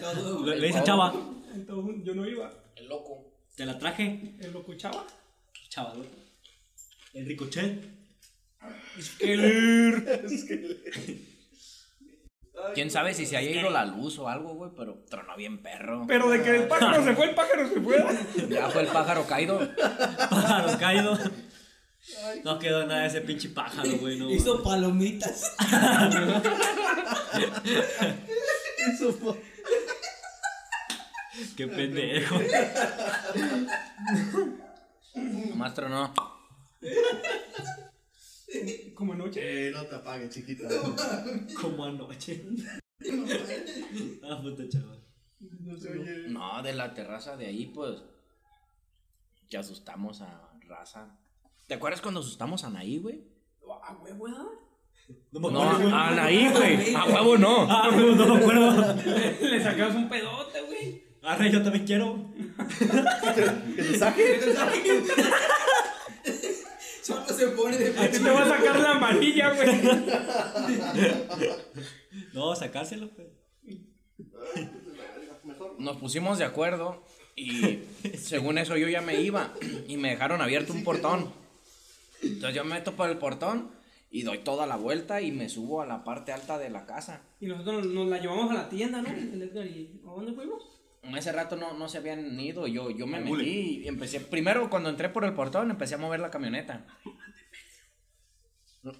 Speaker 5: todo,
Speaker 4: Le,
Speaker 5: güey.
Speaker 4: le dice chava,
Speaker 2: Entonces, yo no iba.
Speaker 1: El loco.
Speaker 4: te la traje.
Speaker 2: Él lo escuchaba.
Speaker 4: Chava, güey. El ricochet.
Speaker 1: Quién sabe si se haya ido la luz o algo, güey, pero tronó bien perro.
Speaker 2: Pero de que el pájaro se fue, el pájaro se fue.
Speaker 1: Ya fue el pájaro caído.
Speaker 4: Pájaro caído. No quedó nada de ese pinche pájaro, güey. No,
Speaker 5: Hizo palomitas.
Speaker 3: Eso fue.
Speaker 4: mames. Qué pendejo.
Speaker 1: Nomás tronó.
Speaker 2: Como anoche.
Speaker 3: Eh, no te apagues, chiquita.
Speaker 4: Como anoche. Ah, puta chaval.
Speaker 3: Oye.
Speaker 1: No, de la terraza de ahí, pues. Que asustamos a raza. ¿Te acuerdas cuando asustamos a Anaí, güey?
Speaker 2: A huevo, ¿eh?
Speaker 4: me
Speaker 1: No,
Speaker 4: acuerdo, güey.
Speaker 1: a Anaí, güey. A huevo no.
Speaker 4: Ah, güey, no me acuerdo.
Speaker 2: Le sacabas un pedote, güey.
Speaker 4: Arre, yo también quiero.
Speaker 3: ¿Que te saque?
Speaker 5: Son chamaco se pone
Speaker 4: Ah,
Speaker 5: de
Speaker 2: A ti te va a sacar la manilla, güey.
Speaker 4: No, pues. sacárselo, güey.
Speaker 3: Mejor.
Speaker 1: Nos pusimos de acuerdo y según eso yo ya me iba y me dejaron abierto un portón. Entonces yo me meto por el portón y doy toda la vuelta y me subo a la parte alta de la casa.
Speaker 2: Y nosotros nos la llevamos a la tienda, ¿no? El Edgar y- ¿A dónde fuimos?
Speaker 1: En ese rato no, no se habían ido, yo, yo me metí y empecé, primero cuando entré por el portón empecé a mover la camioneta.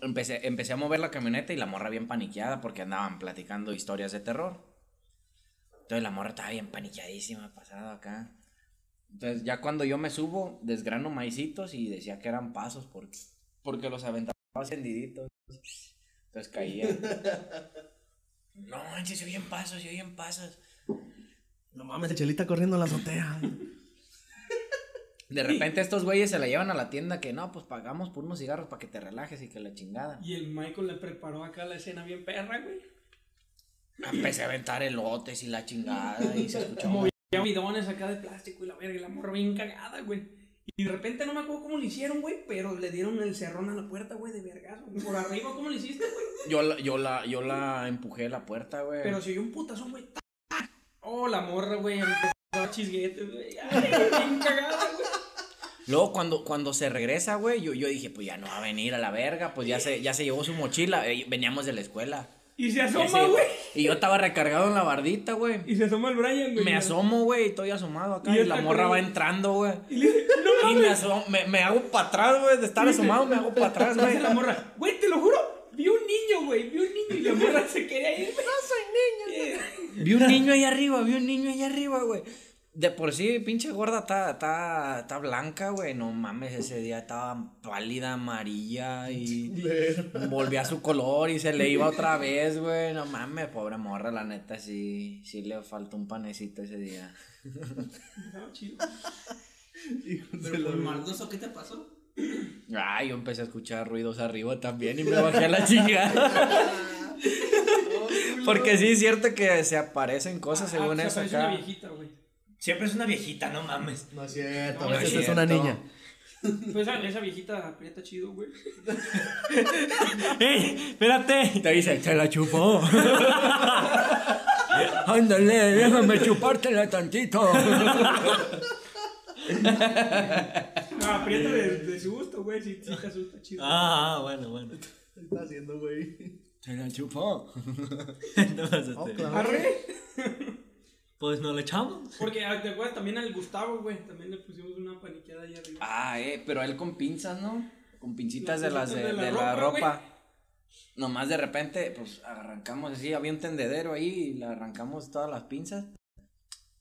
Speaker 1: Empecé, empecé a mover la camioneta y la morra bien paniqueada porque andaban platicando historias de terror. Entonces la morra estaba bien paniqueadísima, pasada acá. Entonces ya cuando yo me subo, desgrano maicitos y decía que eran pasos porque, porque los aventaba encendiditos. Entonces caía. No, manches, se oyen pasos, se oyen pasos.
Speaker 3: No mames, el chelita corriendo en la azotea.
Speaker 1: De repente estos güeyes se la llevan a la tienda que no, pues pagamos por unos cigarros para que te relajes y que la chingada.
Speaker 2: Y el Michael le preparó acá la escena bien perra, güey.
Speaker 1: Empecé a aventar elotes y la chingada y se escuchó.
Speaker 2: Ya bidones acá de plástico y la verga y la morra bien cagada, güey. Y de repente no me acuerdo cómo le hicieron, güey, pero le dieron el cerrón a la puerta, güey, de vergazo. Por arriba, ¿cómo le hiciste, güey?
Speaker 1: Yo la, yo la, yo la empujé a la puerta, güey.
Speaker 2: Pero se oyó un putazón, güey. ¡tac! Oh, la morra, güey, empezó a chisguete, güey. Ay, Bien cagada, güey.
Speaker 1: Luego cuando, cuando se regresa, güey, yo, yo dije, pues ya no va a venir a la verga, pues ya se, ya se llevó su mochila. Eh, Veníamos de la escuela.
Speaker 2: Y se
Speaker 1: Ya se
Speaker 2: asoma,
Speaker 1: llevó-
Speaker 2: güey.
Speaker 1: Y yo estaba recargado en la bardita, güey.
Speaker 2: Y se asoma el Brian, güey.
Speaker 1: Me asomo, güey, y estoy asomado acá.
Speaker 2: Y
Speaker 1: Y,
Speaker 2: él
Speaker 1: la
Speaker 2: está
Speaker 1: morra
Speaker 2: con-
Speaker 1: va entrando, güey.
Speaker 2: Y le dice, no
Speaker 1: Y me, asom- me, me hago para atrás, güey. De estar asomado, me hago para atrás,
Speaker 2: mames.
Speaker 1: güey.
Speaker 2: Dice la morra, güey, te lo juro. Vi un niño, güey. Vi un niño y la morra se quería ir. Eh, No soy niño,
Speaker 1: Vi un niño ahí arriba, vi un niño ahí arriba, güey. De por sí, pinche gorda, está, está, está blanca, güey. No mames, ese día estaba pálida, amarilla y volvía a su color y se le iba otra vez, güey. No mames, pobre morra, la neta, sí, sí le faltó un panecito ese día.
Speaker 2: No, chido.
Speaker 5: Pero por maldoso, ¿qué te pasó?
Speaker 1: Ay, yo empecé a escuchar ruidos arriba también y me bajé a la chingada. Porque sí es cierto que se aparecen cosas
Speaker 2: Ah,
Speaker 1: según
Speaker 2: se
Speaker 1: eso
Speaker 2: aparece una
Speaker 1: acá.
Speaker 2: viejita, güey.
Speaker 4: Siempre es una viejita, no mames.
Speaker 3: No es cierto,
Speaker 2: No,
Speaker 3: a
Speaker 2: no
Speaker 3: veces
Speaker 2: es
Speaker 3: es una
Speaker 1: cierto.
Speaker 3: niña.
Speaker 2: Pues esa, esa viejita aprieta chido, güey.
Speaker 4: ¡Ey! ¡Espérate!
Speaker 1: Te dice, te la chupó. Ándale, déjame chupártela tantito.
Speaker 2: No, Ah, aprieta de, de su gusto, güey. Si, si te asusta chido.
Speaker 4: Ah, ah, bueno, bueno.
Speaker 3: ¿Qué está haciendo, güey?
Speaker 1: Te la chupó.
Speaker 4: No más, este,
Speaker 3: Oh, claro.
Speaker 2: Arre.
Speaker 4: Pues no le echamos.
Speaker 2: Porque ah, te acuerdas también al Gustavo, güey. También le pusimos una paniqueada ahí arriba.
Speaker 1: Ah, eh, pero él con pinzas, ¿no? Con pincitas
Speaker 2: Las
Speaker 1: de las de,
Speaker 2: pinzas
Speaker 1: de la ropa. Nomás de repente, pues arrancamos así, había un tendedero ahí y le arrancamos todas las pinzas.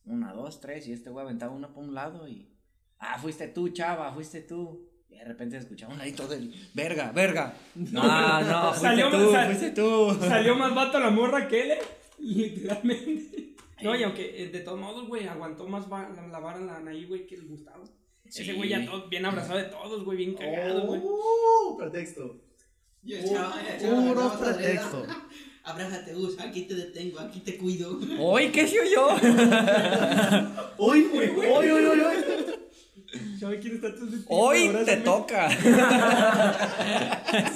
Speaker 1: Una, dos, tres, y este güey aventaba una por un lado y. Ah, fuiste tú, chava, fuiste tú. Y de repente escuchaba un ladito del. Verga, verga. No, no, fuiste
Speaker 2: Salió-
Speaker 1: tú,
Speaker 2: sal-
Speaker 1: fuiste tú.
Speaker 2: Salió más vato la morra que él, eh, literalmente. No, y aunque eh, de todos modos, güey, aguantó más va- la, la vara la Anaí, güey, que el Gustavo.
Speaker 1: Sí.
Speaker 2: Ese güey ya todo bien abrazado de todos, güey, bien cagado, güey.
Speaker 3: Oh, pretexto.
Speaker 5: Y el chavo- el chavo
Speaker 3: Puro
Speaker 5: agarraba la verga.
Speaker 3: pretexto.
Speaker 5: Abrázate, Gus, aquí te detengo, aquí te cuido.
Speaker 1: Uy, ¿qué se yo?
Speaker 3: Uy, güey, uy, uy, uy, uy.
Speaker 2: ¿Sabes quién está todo de ti?
Speaker 1: Hoy te
Speaker 2: Abrázame.
Speaker 1: toca.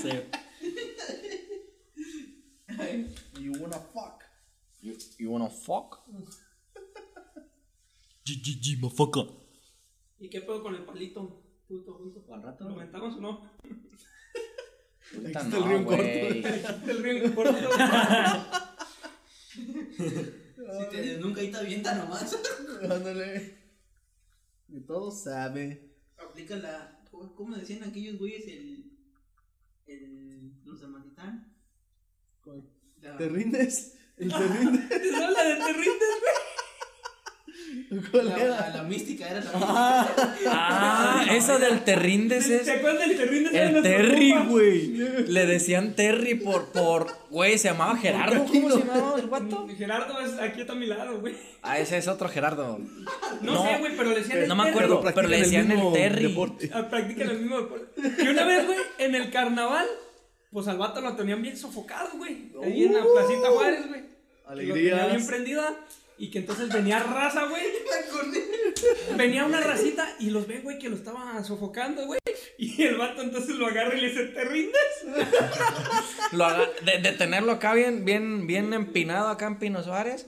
Speaker 4: Sí.
Speaker 3: You wanna fuck.
Speaker 1: You, you wanna fuck?
Speaker 4: GGG, mofoca.
Speaker 2: ¿Y qué pedo con el palito? Puto, junto.
Speaker 1: Al rato.
Speaker 2: ¿Lo comentamos o no?
Speaker 1: Puta,
Speaker 3: está el río
Speaker 1: no,
Speaker 3: en corto.
Speaker 1: güey.
Speaker 2: El río en corto.
Speaker 5: Si te nunca ahí te avienta nomás.
Speaker 3: Ándale. Y todo sabe.
Speaker 5: Aplica la. ¿Cómo cómo decían aquellos güeyes el. el. los de Matatán? La-
Speaker 3: ¿Te rindes? ¿El te rindes?
Speaker 2: Te habla de te rindes,
Speaker 3: ¿Cuál
Speaker 5: la, la-
Speaker 3: era?
Speaker 5: la mística era la
Speaker 1: Ah, eso del te rindes
Speaker 2: güey. ¿Te
Speaker 1: es.
Speaker 2: acuerdas del te rindes? Era
Speaker 1: El
Speaker 2: nuestro
Speaker 1: Terry,
Speaker 2: compa.
Speaker 1: güey. Le decían Terry por. por güey, se llamaba Gerardo. ¿Cómo se llamaba el guato?
Speaker 2: Gerardo es, aquí está a mi lado, güey.
Speaker 1: Ah, ese es otro Gerardo.
Speaker 2: No,
Speaker 1: No,
Speaker 2: sé, güey, pero le decían el
Speaker 1: No me
Speaker 2: Terry.
Speaker 1: acuerdo, pero le decían el
Speaker 3: mismo
Speaker 1: Terry.
Speaker 3: deporte.
Speaker 2: Ah, Practican el mismo deporte. Y una vez, güey, en el carnaval, pues al vato lo tenían bien sofocado, güey. Ahí en la
Speaker 3: Uh.
Speaker 2: placita Juárez, güey. Que Lo tenía
Speaker 3: Alegrías.
Speaker 2: bien prendida. Y que entonces venía raza, güey.
Speaker 5: mística.
Speaker 2: Venía una racita y los ve, güey, que lo estaba sofocando, güey. Y el vato entonces lo agarra y le dice, ¿te rindes?
Speaker 1: Lo haga- de, de tenerlo acá bien, bien, bien empinado acá en Pino Suárez.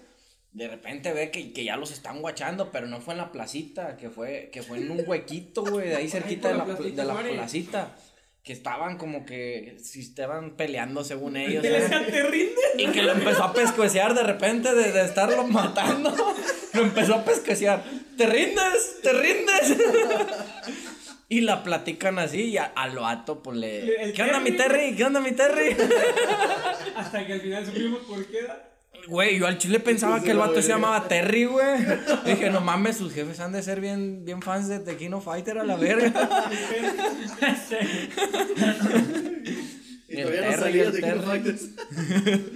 Speaker 1: De repente ve que, que ya los están guachando, pero no fue en la placita, que fue, que fue en un huequito, güey, de ahí cerquita
Speaker 2: por
Speaker 1: de
Speaker 2: la
Speaker 1: la, pl-
Speaker 2: placita,
Speaker 1: de la
Speaker 2: Suárez.
Speaker 1: placita. Que estaban como que si estaban peleando según ellos.
Speaker 2: Y le
Speaker 1: ¿eh?
Speaker 2: decía, ¿te rindes?
Speaker 1: Y que lo empezó a pescuecear de repente, de, de estarlo matando. Lo empezó a pescuecear. ¿Te rindes? ¿Te rindes? Y la platican así y a- al vato pues
Speaker 2: Le-
Speaker 1: le...
Speaker 2: el
Speaker 1: ¿Qué onda mi
Speaker 2: Terry,
Speaker 1: Terry? ¿Qué onda mi Terry?
Speaker 2: Hasta que al final supimos por qué era.
Speaker 1: Güey, yo al chile pensaba
Speaker 3: Sí,
Speaker 1: que el
Speaker 3: la
Speaker 1: vato se
Speaker 3: verga.
Speaker 1: llamaba Terry, güey. Dije, no mames, sus jefes han de ser bien, bien fans de The King of Fighter a la verga.
Speaker 3: Y
Speaker 1: El
Speaker 3: todavía
Speaker 1: perro y
Speaker 3: no salía
Speaker 1: el
Speaker 3: de King of
Speaker 1: perro.
Speaker 3: Fighters.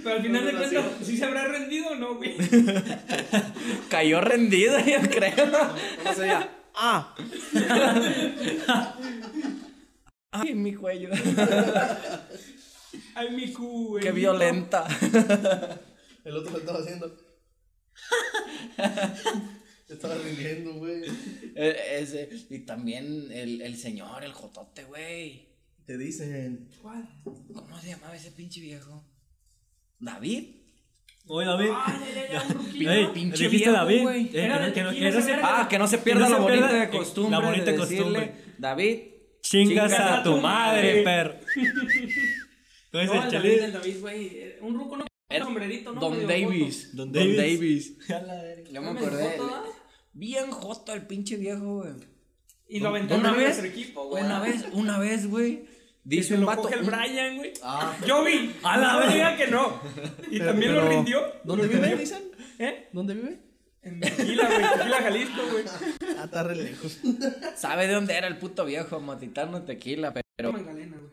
Speaker 2: Pero al final de
Speaker 3: No, no,
Speaker 2: cuentas, ¿sí se habrá rendido o no, güey?
Speaker 1: Cayó rendida, yo creo.
Speaker 3: ¿Cómo sería? Ah,
Speaker 1: Ah. Ay, mi cuello.
Speaker 2: Ay, mi cu, güey.
Speaker 1: Qué violenta.
Speaker 3: el otro lo estaba haciendo. Se estaba rindiendo, güey.
Speaker 1: Eh, ese, y también el, el señor, el jotote, güey.
Speaker 3: Te dicen.
Speaker 2: ¿Cuál?
Speaker 1: ¿Cómo se llamaba ese pinche viejo? ¿David?
Speaker 4: Oye, David.
Speaker 2: Ah, ya, ya, ya, un ruquillo.
Speaker 4: Ey,
Speaker 1: pinche
Speaker 4: dijiste
Speaker 1: viejo,
Speaker 4: David.
Speaker 1: güey.
Speaker 4: Eh, que
Speaker 2: Era
Speaker 4: no-
Speaker 2: de
Speaker 4: que no-
Speaker 2: Tequila,
Speaker 4: que no
Speaker 2: esa
Speaker 4: se-
Speaker 2: verga.
Speaker 1: Ah, que no se pierda
Speaker 4: no se
Speaker 1: la bonita
Speaker 4: pierda,
Speaker 1: de
Speaker 4: eh,
Speaker 1: costumbre.
Speaker 4: la bonita
Speaker 1: de decirle,
Speaker 4: costumbre.
Speaker 1: David,
Speaker 4: Chingas a tu madre, perro. ¿Cómo
Speaker 2: No, el
Speaker 4: dice el
Speaker 2: David, el
Speaker 4: chale?
Speaker 2: David, güey. eh, Un ruco, ¿no? Un
Speaker 1: Era
Speaker 2: sombrerito, ¿no?
Speaker 1: Don
Speaker 2: Medio
Speaker 1: Davis.
Speaker 4: Don
Speaker 1: Don
Speaker 4: Davis.
Speaker 1: Davis.
Speaker 4: A la verga.
Speaker 1: Yo
Speaker 2: No
Speaker 1: me
Speaker 2: me
Speaker 1: acordé.
Speaker 2: joto, ¿ah?
Speaker 1: Bien joto el pinche viejo, güey.
Speaker 2: joto. Y lo aventó
Speaker 1: Una
Speaker 2: en
Speaker 1: vez,
Speaker 2: nuestro equipo, güey.
Speaker 1: una vez, una vez, güey. Dice
Speaker 2: se
Speaker 1: un
Speaker 2: lo
Speaker 1: vato.
Speaker 2: coge el
Speaker 1: un-
Speaker 2: Brian, güey.
Speaker 3: Ah,
Speaker 2: Yo vi.
Speaker 4: A la
Speaker 2: No
Speaker 4: verga.
Speaker 2: diga que no. Y también lo
Speaker 3: pero-
Speaker 2: rindió.
Speaker 3: ¿dónde vive? Dicen.
Speaker 2: ¿Eh?
Speaker 3: ¿Dónde vive?
Speaker 2: En Tequila, güey. Tequila, Jalisco, güey.
Speaker 3: Ah, está re lejos.
Speaker 1: "Mm, ¿Sabe de dónde era el puto viejo? Matitano tequila, pero.
Speaker 2: Magdalena, güey.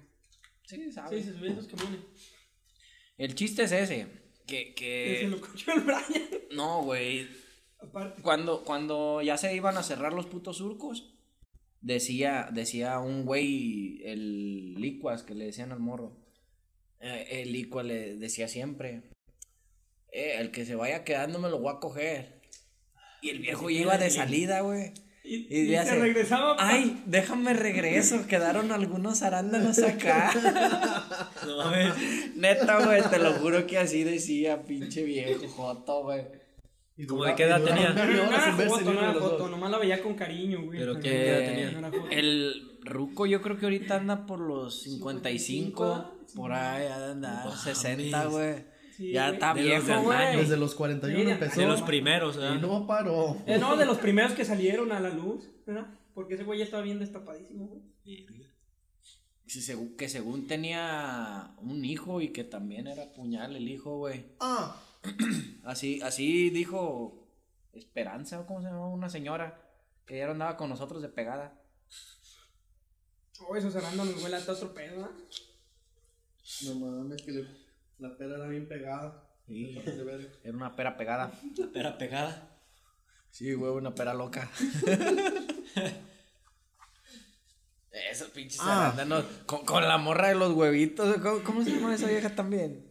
Speaker 1: Sí,
Speaker 2: Sí,
Speaker 1: sabe.
Speaker 2: se subió a esos camiones.
Speaker 1: El chiste es ese. Que,
Speaker 2: Y se
Speaker 1: que.
Speaker 2: lo cogió el Brian.
Speaker 1: No, güey.
Speaker 2: Aparte.
Speaker 1: Cuando, cuando ya se iban a cerrar los putos surcos, decía, decía un güey, el licuas que le decían al morro. Eh, el licuas le decía siempre: "Eh, El que se vaya quedando me lo voy a coger. Y el viejo ya iba de salida, güey.
Speaker 2: Y,
Speaker 1: Y
Speaker 2: y
Speaker 1: le
Speaker 2: se
Speaker 1: hace,
Speaker 2: regresaba. pa-
Speaker 1: Ay, déjame regreso, quedaron algunos arándanos acá.
Speaker 4: No mames.
Speaker 1: Neta, güey, te lo juro que así decía, pinche viejo joto, güey.
Speaker 3: ¿Y
Speaker 4: ¿Cómo de qué edad tenía?
Speaker 2: No era Ah, foto, no era foto. Nomás la veía con cariño, güey.
Speaker 4: Pero qué
Speaker 2: no era
Speaker 4: edad tenía.
Speaker 2: joto.
Speaker 1: El Ruco yo creo que ahorita anda por los 55, por ahí ha de andar,
Speaker 4: No
Speaker 1: 60,
Speaker 4: mames.
Speaker 1: güey.
Speaker 2: Sí,
Speaker 1: ya
Speaker 2: güey.
Speaker 1: está
Speaker 4: De los de
Speaker 1: viejo,
Speaker 4: antaño.
Speaker 1: güey.
Speaker 3: Desde los 41
Speaker 2: Mira,
Speaker 3: empezó.
Speaker 4: De los primeros, ¿verdad?
Speaker 3: Y no paró.
Speaker 2: Eh, no, de los primeros que salieron a la luz, ¿verdad? Porque ese güey ya estaba bien destapadísimo, güey.
Speaker 1: Sí, segu- que según tenía un hijo y que también era puñal el hijo, güey.
Speaker 3: Ah,
Speaker 1: Así, así dijo Esperanza, o cómo se llamaba, una señora que ya andaba con nosotros de pegada.
Speaker 2: Oh, esos arándanos, güey, la está otro pedo, ¿verdad?
Speaker 3: no mames, que le- la pera era bien pegada.
Speaker 1: Sí.
Speaker 3: Se parece verga.
Speaker 1: Era una pera pegada.
Speaker 4: Pera pegada.
Speaker 1: Sí, güey, una pera loca. Esos pinches
Speaker 3: Ah.
Speaker 1: arándanos, Con, con la morra de los huevitos. ¿Cómo, cómo se llama esa vieja también?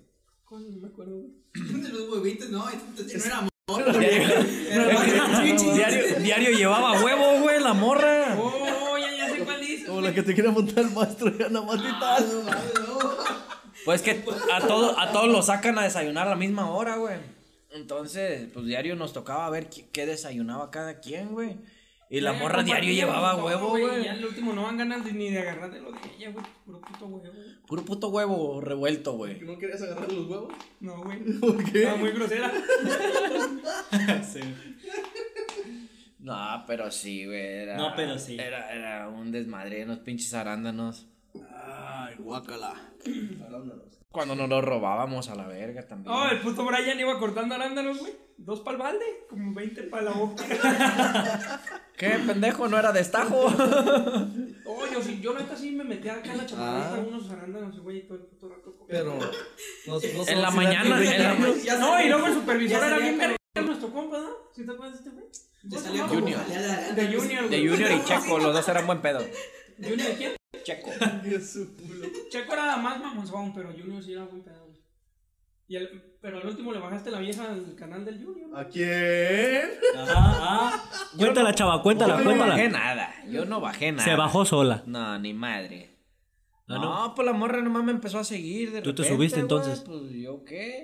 Speaker 2: Coño, no me acuerdo, güey.
Speaker 5: De los huevitos, no, entonces no era amor.
Speaker 1: diario, diario llevaba huevo, güey, la morra.
Speaker 2: Oh, ya, ya sé cuál es.
Speaker 3: Como la que te quiere montar el maestro, ya nada más y tal.
Speaker 5: No, mames, no.
Speaker 1: Pues que a todos, a todos los sacan a desayunar a la misma hora, güey. Entonces, pues diario nos tocaba ver qué, qué desayunaba cada quien, güey. Y la
Speaker 2: Ya,
Speaker 1: morra
Speaker 2: compartía
Speaker 1: diario llevaba
Speaker 2: todo,
Speaker 1: huevo, güey.
Speaker 2: Ya el último no van ganas de- ni de agarrar de lo de ella, güey. Puro puto huevo. güey.
Speaker 1: Puro puto huevo revuelto, güey.
Speaker 3: ¿No querías agarrar los huevos?
Speaker 2: No, güey.
Speaker 3: ¿Por qué?
Speaker 2: Estaba muy grosera.
Speaker 1: No, pero sí, güey. era-
Speaker 4: No, pero sí.
Speaker 1: Era, era un desmadre, unos pinches arándanos.
Speaker 3: Ay, guácala.
Speaker 1: Cuando nos los robábamos a la verga también.
Speaker 2: Oh, el puto Brian iba cortando arándanos, güey. Dos pa'l balde, como 20 para la boca.
Speaker 1: ¿Qué pendejo? No era destajo.
Speaker 2: Oh, yo sí, yo neta sí me metí acá en la chaparrita unos arándanos, güey, todo el puto rato. comiendo.
Speaker 3: Pero. no- no
Speaker 1: En la
Speaker 3: somos
Speaker 1: mañana,
Speaker 3: idénticos.
Speaker 1: en la ma-
Speaker 5: Ya
Speaker 2: No,
Speaker 5: sabía-
Speaker 2: y luego el supervisor
Speaker 5: ya
Speaker 2: era
Speaker 5: sabía
Speaker 2: bien
Speaker 5: cómo-
Speaker 2: verga, nuestro compa, ¿no? ¿Sí te acuerdas de este güey?
Speaker 5: Te
Speaker 2: ¿Cómo se
Speaker 5: salía pues.
Speaker 2: llama?
Speaker 5: como
Speaker 1: Junior.
Speaker 5: jaleada.
Speaker 2: De Junior,
Speaker 1: De
Speaker 2: güey.
Speaker 1: Junior y Checo, los dos eran buen pedo.
Speaker 2: ¿Junior de quién?
Speaker 1: Checo.
Speaker 3: Dios, su culo.
Speaker 2: Checo era más mamonzón, pero Junior sí era buen pedo, güey. Y el- pero al último le bajaste la vieja al canal del Junior.
Speaker 1: Ah,
Speaker 3: ¿A quién?
Speaker 4: Ajá, ajá. Cuéntala, chava, cuéntala,
Speaker 1: Yo no bajé
Speaker 4: cuéntala.
Speaker 1: nada. Yo no bajé nada.
Speaker 4: Se bajó sola.
Speaker 1: No, ni madre.
Speaker 4: Ah,
Speaker 1: no, pues la morra nomás me empezó a seguir. De
Speaker 4: ¿Tú te
Speaker 1: repente,
Speaker 4: subiste,
Speaker 1: güey,
Speaker 4: entonces?
Speaker 1: Pues yo qué.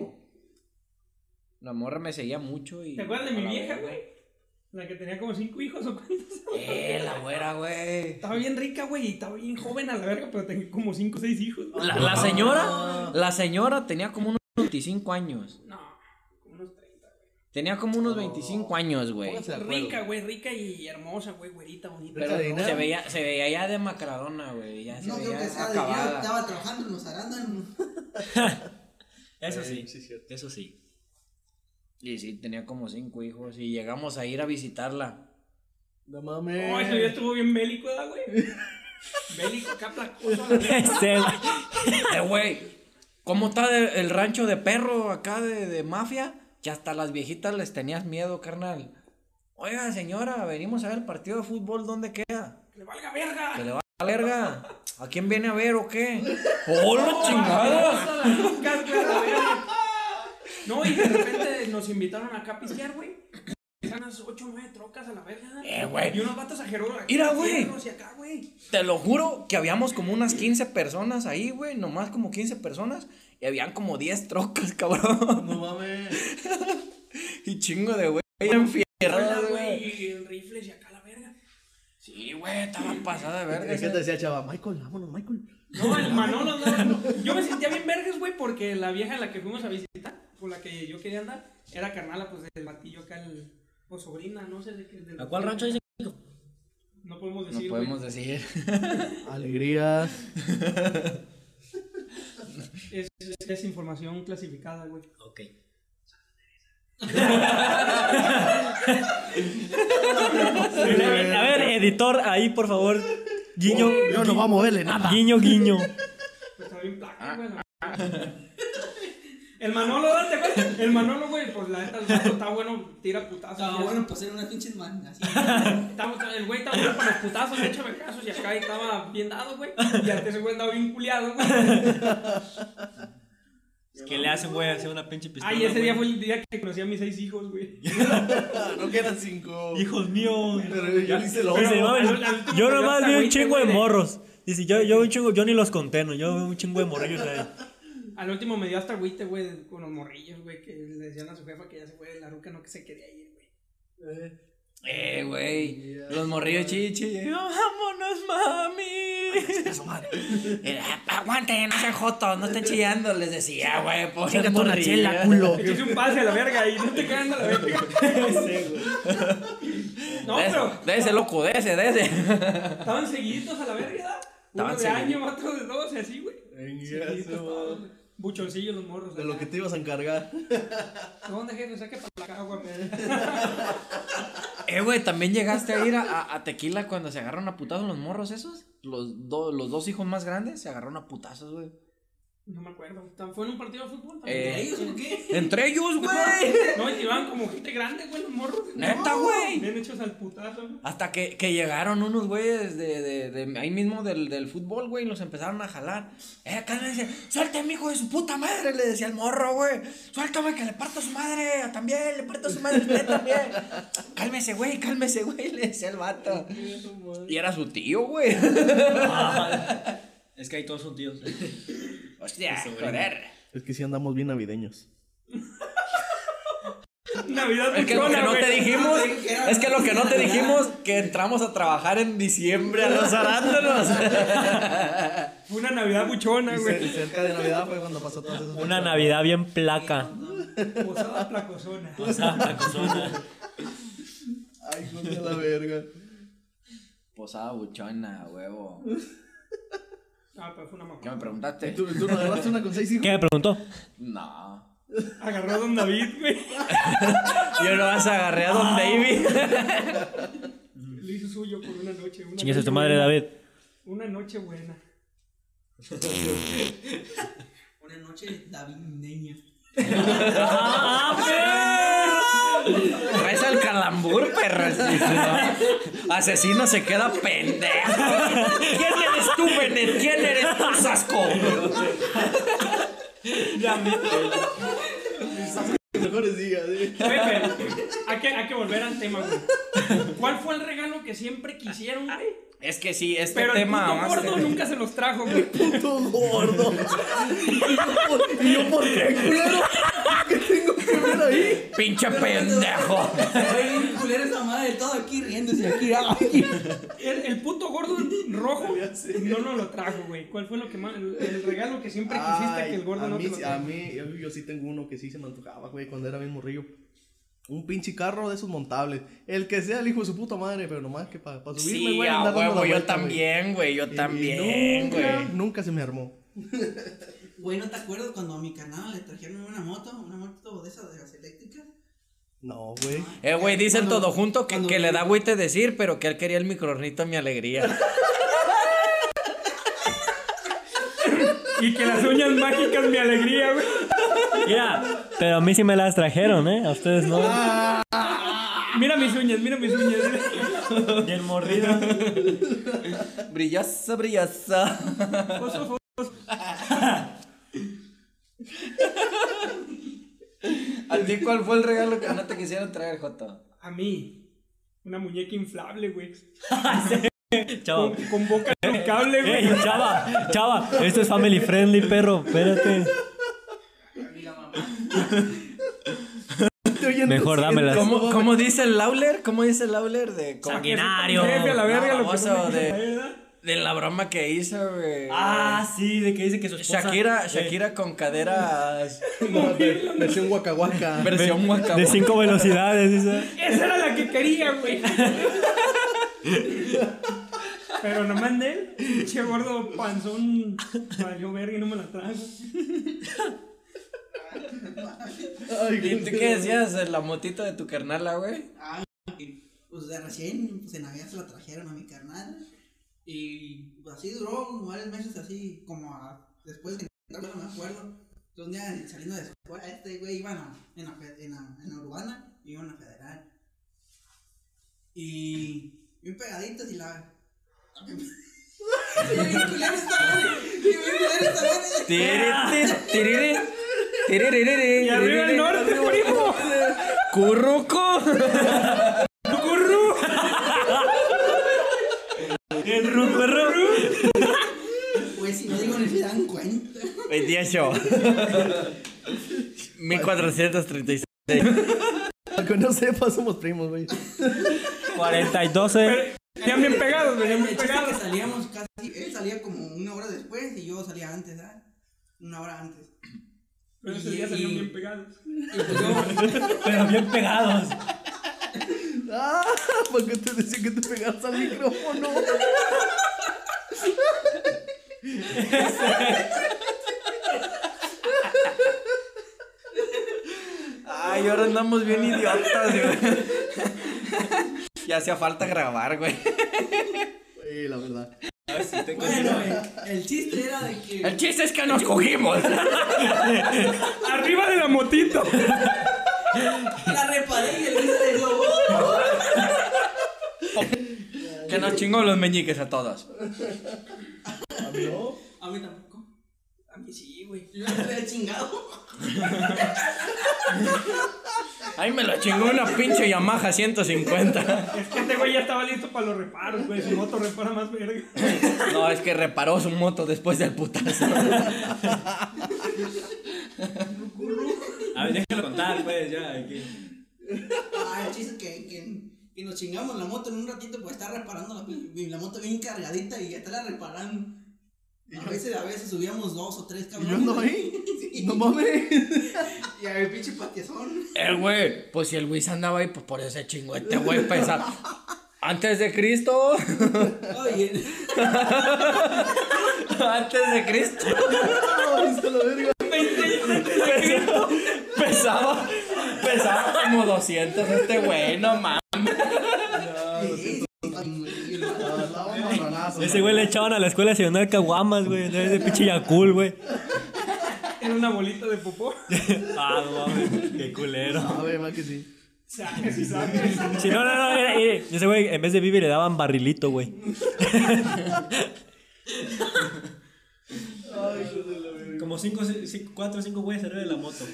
Speaker 1: La morra me seguía mucho y.
Speaker 2: ¿Te acuerdas de mi
Speaker 1: a la
Speaker 2: vieja,
Speaker 1: verga.
Speaker 2: güey? La que tenía como cinco hijos o cuántos.
Speaker 1: Eh, la güera, güey.
Speaker 2: Estaba bien rica, güey, y estaba bien joven a la verga, pero tenía como cinco o seis hijos.
Speaker 1: La, la
Speaker 3: Ah.
Speaker 1: señora, la señora tenía como unos 25 años.
Speaker 2: No, como unos 30. güey.
Speaker 1: Tenía como unos 25 años, güey.
Speaker 3: Pónganse de acuerdo.
Speaker 2: Rica, güey, rica y hermosa, güey, güerita, bonita.
Speaker 3: Pero de
Speaker 1: Se
Speaker 3: dinero.
Speaker 1: veía, se veía ya demacradona, güey. Ya se
Speaker 5: No creo
Speaker 1: veía
Speaker 5: que sea de dinero,
Speaker 1: acabada.
Speaker 5: estaba trabajando en los arándanos.
Speaker 4: Eso
Speaker 3: Eh,
Speaker 4: sí,
Speaker 3: sí, cierto.
Speaker 4: eso sí.
Speaker 1: Y sí, tenía como cinco hijos. Y llegamos a ir a visitarla.
Speaker 3: No mames.
Speaker 2: No, eso ya estuvo bien bélico, ¿verdad, güey? bélico, acá placoso. a la verga.
Speaker 4: Este, güey.
Speaker 1: Eh, güey. ¿Cómo está de- el rancho de perro acá de, de mafia? Que hasta las viejitas les tenías miedo, carnal. Oiga, señora, venimos a ver el partido de fútbol, ¿dónde queda?
Speaker 2: Que le valga verga.
Speaker 1: Que le va a la verga. ¿A quién viene a ver o qué? ¡Hola, chingada!
Speaker 2: No, y de repente nos invitaron acá a pistear, güey. Eran unas 8 o 9 trocas a la verga.
Speaker 1: Eh, güey.
Speaker 2: Y unos vatos a Jerónimo.
Speaker 1: Mira, güey.
Speaker 2: Y acá, güey.
Speaker 1: Te lo juro que habíamos como unas 15 personas ahí, güey. Nomás como 15 personas. Y habían como 10 trocas, cabrón.
Speaker 3: No mames.
Speaker 1: Y chingo de güey. Enfierrada,
Speaker 2: Hola,
Speaker 1: güey.
Speaker 2: güey. Y en rifles y acá a la verga.
Speaker 1: Sí, güey, estaba pasada de verga.
Speaker 3: ¿Qué
Speaker 1: ese-
Speaker 3: te decía, chava? Michael, vámonos, Michael.
Speaker 2: No, el Manolo no, no. Yo me sentía bien vergas, güey, porque la vieja a la que fuimos a visitar, con la que yo quería andar, era carnala, pues, del batillo acá, el, o sobrina, no sé. De, qué- del-
Speaker 4: ¿A cuál rancho dice?
Speaker 2: No podemos
Speaker 1: No
Speaker 2: decir, güey.
Speaker 1: podemos decir.
Speaker 3: Alegrías.
Speaker 2: Es, es- es información clasificada, güey.
Speaker 4: Ok. A ver, a ver, editor, ahí por favor. Guiño,
Speaker 3: Yo no va a moverle nada.
Speaker 4: guiño, guiño.
Speaker 2: Pues está bien placa, güey. la- El Manolo, date cuenta. El Manolo, güey, pues la neta, el vato está bueno, tira putazos.
Speaker 5: Estaba
Speaker 2: Ya-
Speaker 5: bueno pues era unas pinches mangas.
Speaker 2: Estaba- estaba- el güey estaba bueno para los putazos, échame casos y acá estaba bien dado, güey. Y antes ese güey andaba bien culiado, güey.
Speaker 4: Es que le hace, güey, hace una pinche pistola.
Speaker 2: Ay, ese día fue
Speaker 4: güey.
Speaker 2: el día que conocí a mis seis hijos, güey.
Speaker 3: Ah, no que eran cinco.
Speaker 4: Hijos míos.
Speaker 3: Pero yo le hice lo
Speaker 4: Dice,
Speaker 2: Pero- al-
Speaker 4: "Mami,
Speaker 2: al último
Speaker 4: yo
Speaker 2: que
Speaker 4: nomás
Speaker 2: hasta
Speaker 4: vi un
Speaker 2: güey,
Speaker 4: chingo de
Speaker 2: güey, de-
Speaker 4: morros. Dice, yo, yo un chingo, yo ni los conteno, yo veo un chingo de morrillos ahí.
Speaker 2: Al último me dio hasta agüite, güey, con los morrillos, güey, que le decían a su jefa que ya se fue de la ruca, no que se quería ir, güey.
Speaker 1: Eh, güey. Los morrillos chichi. Vámonos, mami. Era, Aguanten, no sean jotos, no estén chillando. Les decía, güey, por
Speaker 4: Chinga tú una
Speaker 1: morrillos.
Speaker 4: chela, culo.
Speaker 2: Echas un pase a la verga y no te quedan a la verga. No,
Speaker 1: De-
Speaker 2: pero
Speaker 1: de ese loco, de ese, de ese.
Speaker 2: estaban seguiditos a la verga, ¿verdad? Uno
Speaker 1: Estaban
Speaker 2: de
Speaker 1: seguiditos.
Speaker 2: año, otro de dos, y así, güey. Seguiditos estaban, güey. Buchoncillos los morros.
Speaker 3: De lo
Speaker 2: acá.
Speaker 3: que te ibas a encargar.
Speaker 2: ¿Dónde, jefe? Saque para acá, güey.
Speaker 1: Eh, güey, también llegaste a ir a, a- a Tequila cuando se agarraron a putazos los morros esos. Los, do- los dos hijos más grandes se agarraron a putazos, güey.
Speaker 2: No me acuerdo. Tan- ¿Fue en un partido de fútbol? también.
Speaker 1: Eh.
Speaker 5: ¿De ellos o qué?
Speaker 1: Entre ellos, güey.
Speaker 2: No, y se iban como gente grande, güey, los morros.
Speaker 1: Neta, güey.
Speaker 2: Bien hechos al putazo, güey.
Speaker 1: Hasta que, que llegaron unos güeyes de, de, de ahí mismo del, del fútbol, güey, y los empezaron a jalar. Eh, acá le decía, suéltame, hijo de su puta madre, le decía el morro, güey. Suéltame que le parto a su madre, a también, le parto a su madre, a usted también. Cálmese, güey, cálmese, güey, le decía el vato. Y era su tío, güey.
Speaker 4: Es que ahí todos son tíos.
Speaker 1: Hostia, joder.
Speaker 3: Es que sí andamos bien navideños.
Speaker 2: Navidad
Speaker 1: Es que lo que
Speaker 2: buchona,
Speaker 1: no te
Speaker 2: güey.
Speaker 1: dijimos, es que lo que no te dijimos, que entramos a trabajar en diciembre a los arándanos.
Speaker 2: Fue una Navidad buchona,
Speaker 3: Y
Speaker 2: güey.
Speaker 3: cer- cerca de Navidad fue cuando pasó todo eso.
Speaker 4: Una Navidad bien placa.
Speaker 2: Posada placosona.
Speaker 4: O sea, placozona.
Speaker 3: Ay, hijo de la verga.
Speaker 1: Posada buchona, huevo.
Speaker 2: Ah, pero fue una mamá.
Speaker 1: ¿Qué me preguntaste?
Speaker 3: ¿Tú, tú no agarraste una con seis hijos?
Speaker 4: ¿Qué me preguntó?
Speaker 1: No.
Speaker 2: Agarró a don David, güey.
Speaker 1: Yo nomás agarré a Don David.
Speaker 2: Lo hizo suyo por una noche. Una
Speaker 4: Chingues a
Speaker 2: noche
Speaker 4: tu madre,
Speaker 2: buena.
Speaker 4: David.
Speaker 2: Una noche buena.
Speaker 5: Una noche navideña.
Speaker 1: Ah, pues. Traes al calambur, perro. Asesino se queda pendejo. ¿Quién eres tú, Benet? ¿Quién eres tú, Sasco?
Speaker 4: Ya me.
Speaker 3: Mejores días, eh.
Speaker 2: Güey, pero hay, que, hay que volver al tema, güey. ¿Cuál fue el regalo que siempre quisieron, güey?
Speaker 1: Es que sí, este
Speaker 2: Pero el
Speaker 1: tema.
Speaker 2: puto
Speaker 1: más-
Speaker 2: gordo nunca se los trajo, güey.
Speaker 3: Puto gordo. ¿Y yo por qué, culero? ¿Qué tengo que ver ahí?
Speaker 1: Pinche pendejo.
Speaker 5: Ay, culero esa madre de todo aquí riéndose aquí. ah. ay.
Speaker 2: El, el puto gordo rojo no nos lo trajo, güey. ¿Cuál fue lo que más, el, el regalo que siempre quisiste
Speaker 3: Ay,
Speaker 2: que el gordo
Speaker 3: a
Speaker 2: no
Speaker 3: mí,
Speaker 2: te lo
Speaker 3: a
Speaker 2: trajo?
Speaker 3: mí, yo, yo sí tengo uno que sí se me antojaba, güey, cuando era bien morrillo. Un pinche carro de esos montables. El que sea el hijo de su puta madre, pero nomás que para subirme,
Speaker 1: Sí,
Speaker 3: güey.
Speaker 1: a
Speaker 3: andar dando la
Speaker 1: huevo, yo
Speaker 3: vuelta, güey.
Speaker 1: también, güey. Yo
Speaker 3: Y
Speaker 1: también, güey.
Speaker 3: nunca, Nunca se me armó.
Speaker 5: Güey, ¿no te acuerdas cuando a mi canal le trajeron una moto? Una moto de esas de las eléctricas.
Speaker 3: No, güey.
Speaker 1: Eh, güey, dicen
Speaker 5: Cuando-
Speaker 1: todo junto que,
Speaker 5: cuando-
Speaker 1: que le da güite decir, pero que él quería el microornito mi alegría.
Speaker 2: Y que las uñas mágicas, mi alegría, güey.
Speaker 4: Mira, pero a mí sí me las trajeron, ¿eh? A ustedes no.
Speaker 2: Mira mis uñas, mira mis uñas.
Speaker 4: Bien mordida.
Speaker 1: brillaza, brillaza.
Speaker 2: Oso, oso.
Speaker 1: ¿A ti cuál fue el regalo que no te quisieron traer, Joto?
Speaker 2: A mí, una muñeca inflable, güey.
Speaker 4: Chava.
Speaker 2: Con, con boca de cable, güey.
Speaker 4: Ey, chava, chava, esto es family friendly, perro. Espérate.
Speaker 3: Te oyen
Speaker 4: Mejor
Speaker 3: tus-
Speaker 4: dámelas.
Speaker 1: ¿Cómo, cómo dice el Lawler? ¿Cómo dice el Lawler? De como-
Speaker 4: Sanguinario.
Speaker 2: Jefe, a la verga,
Speaker 1: No,
Speaker 2: lo que
Speaker 1: baboso,
Speaker 2: no me
Speaker 1: de-
Speaker 2: quiso traer,
Speaker 1: De la broma que hizo, güey.
Speaker 4: Ah, sí, de que dice que su esposa.
Speaker 1: Shakira,
Speaker 4: Eh,
Speaker 1: Shakira con caderas.
Speaker 3: Versión guacahuaca.
Speaker 1: Versión guacamole.
Speaker 4: De cinco velocidades, dice.
Speaker 2: ¿verdad? Esa era la que quería, güey. Pero nomás de él, pinche gordo panzón, valió verga y no me la trajo.
Speaker 3: Ay,
Speaker 1: ¿Y tú qué decías? de La motito de tu carnala, güey.
Speaker 5: Pues de recién, pues en Navidad se la trajeron a mi carnal. Y pues, así duró varios meses, así como a- después de que no me acuerdo. que Un día saliendo de escuela, este güey iban a, en, la, fe- en, la, en la urbana, iban a federal. Y bien pegaditos y la. Y bien culero esta madre, y bien culero esta madre.
Speaker 1: Tiriri, tiriri, tiririri,
Speaker 2: Y arriba el
Speaker 1: tiriri.
Speaker 2: norte, primo.
Speaker 1: Curruco.
Speaker 2: ¡Curru!
Speaker 4: El ruco, ruco.
Speaker 5: Güey, si no digo ni se dan cuenta.
Speaker 1: 28. 1436.
Speaker 3: Para que no sepa, somos primos, güey.
Speaker 4: 40 y 12.
Speaker 2: Ya bien pegados, güey, ya
Speaker 5: El
Speaker 2: bien
Speaker 5: chiste es que
Speaker 2: pegados.
Speaker 5: salíamos casi, él salía como una hora después y yo salía antes, ¿verdad? Una hora antes.
Speaker 2: Pero ese día salieron
Speaker 5: Y-
Speaker 2: bien pegados.
Speaker 5: Y pues yo,
Speaker 4: Pero bien pegados.
Speaker 3: Ah, porque te decía que te pegas al micrófono.
Speaker 1: Ay, ahora andamos bien idiotas, güey. Ya hacía falta grabar, güey.
Speaker 3: Sí, la verdad.
Speaker 1: Ah,
Speaker 5: bueno, el- el chiste era de que
Speaker 1: El chiste es que nos cogimos.
Speaker 2: Arriba de la motito.
Speaker 5: "Ah, la reparé y el güey se desglobó.
Speaker 1: Que nos chingó los meñiques a todos.
Speaker 3: ¿A mí no?
Speaker 5: A mí tampoco.
Speaker 2: A mí sí, güey.
Speaker 5: Yo me había chingado.
Speaker 1: Ay, me lo chingó una pinche Yamaha 150.
Speaker 2: Es que este güey ya estaba listo para los reparos, güey. Su moto repara más verga.
Speaker 1: No, es que reparó su moto después del putazo.
Speaker 4: A ver, déjalo contar, pues, ya. aquí.
Speaker 5: Ah, el chiste es que, que, que nos chingamos la moto en un ratito pues estar reparando la, la moto bien cargadita y ya está la reparando. A veces, a veces subíamos dos o tres
Speaker 3: ¿Y
Speaker 5: cabrones.
Speaker 3: yo ando ahí? No mames.
Speaker 5: Y a ver, pinche patiazón.
Speaker 1: Eh, güey, pues si el Luis andaba ahí, pues por eso se chingó este güey pesa. Antes de Cristo.
Speaker 5: Oye,
Speaker 1: Antes de Cristo.
Speaker 3: Ay, se la verga.
Speaker 1: Pesa- Pesaba, pesaba como 200 este güey, no mames.
Speaker 5: sí, sí, sí.
Speaker 3: Andaba un marranazo,
Speaker 4: Ese güey le echaban a la escuela secundaria caguamas, güey. Es de pinche Yakul, güey.
Speaker 2: Era una bolita de popó.
Speaker 4: Ah, no mames. Qué culero.
Speaker 3: A ver, más Ah, que sí.
Speaker 2: Sabes, sí sabes.
Speaker 4: Sí, no, no, no. Era, era- ese güey, en vez de Vivi, le daban barrilito, güey.
Speaker 3: Ay, hijo de la verga.
Speaker 4: Como como 5, 4 o 5 güeyes arriba de la moto.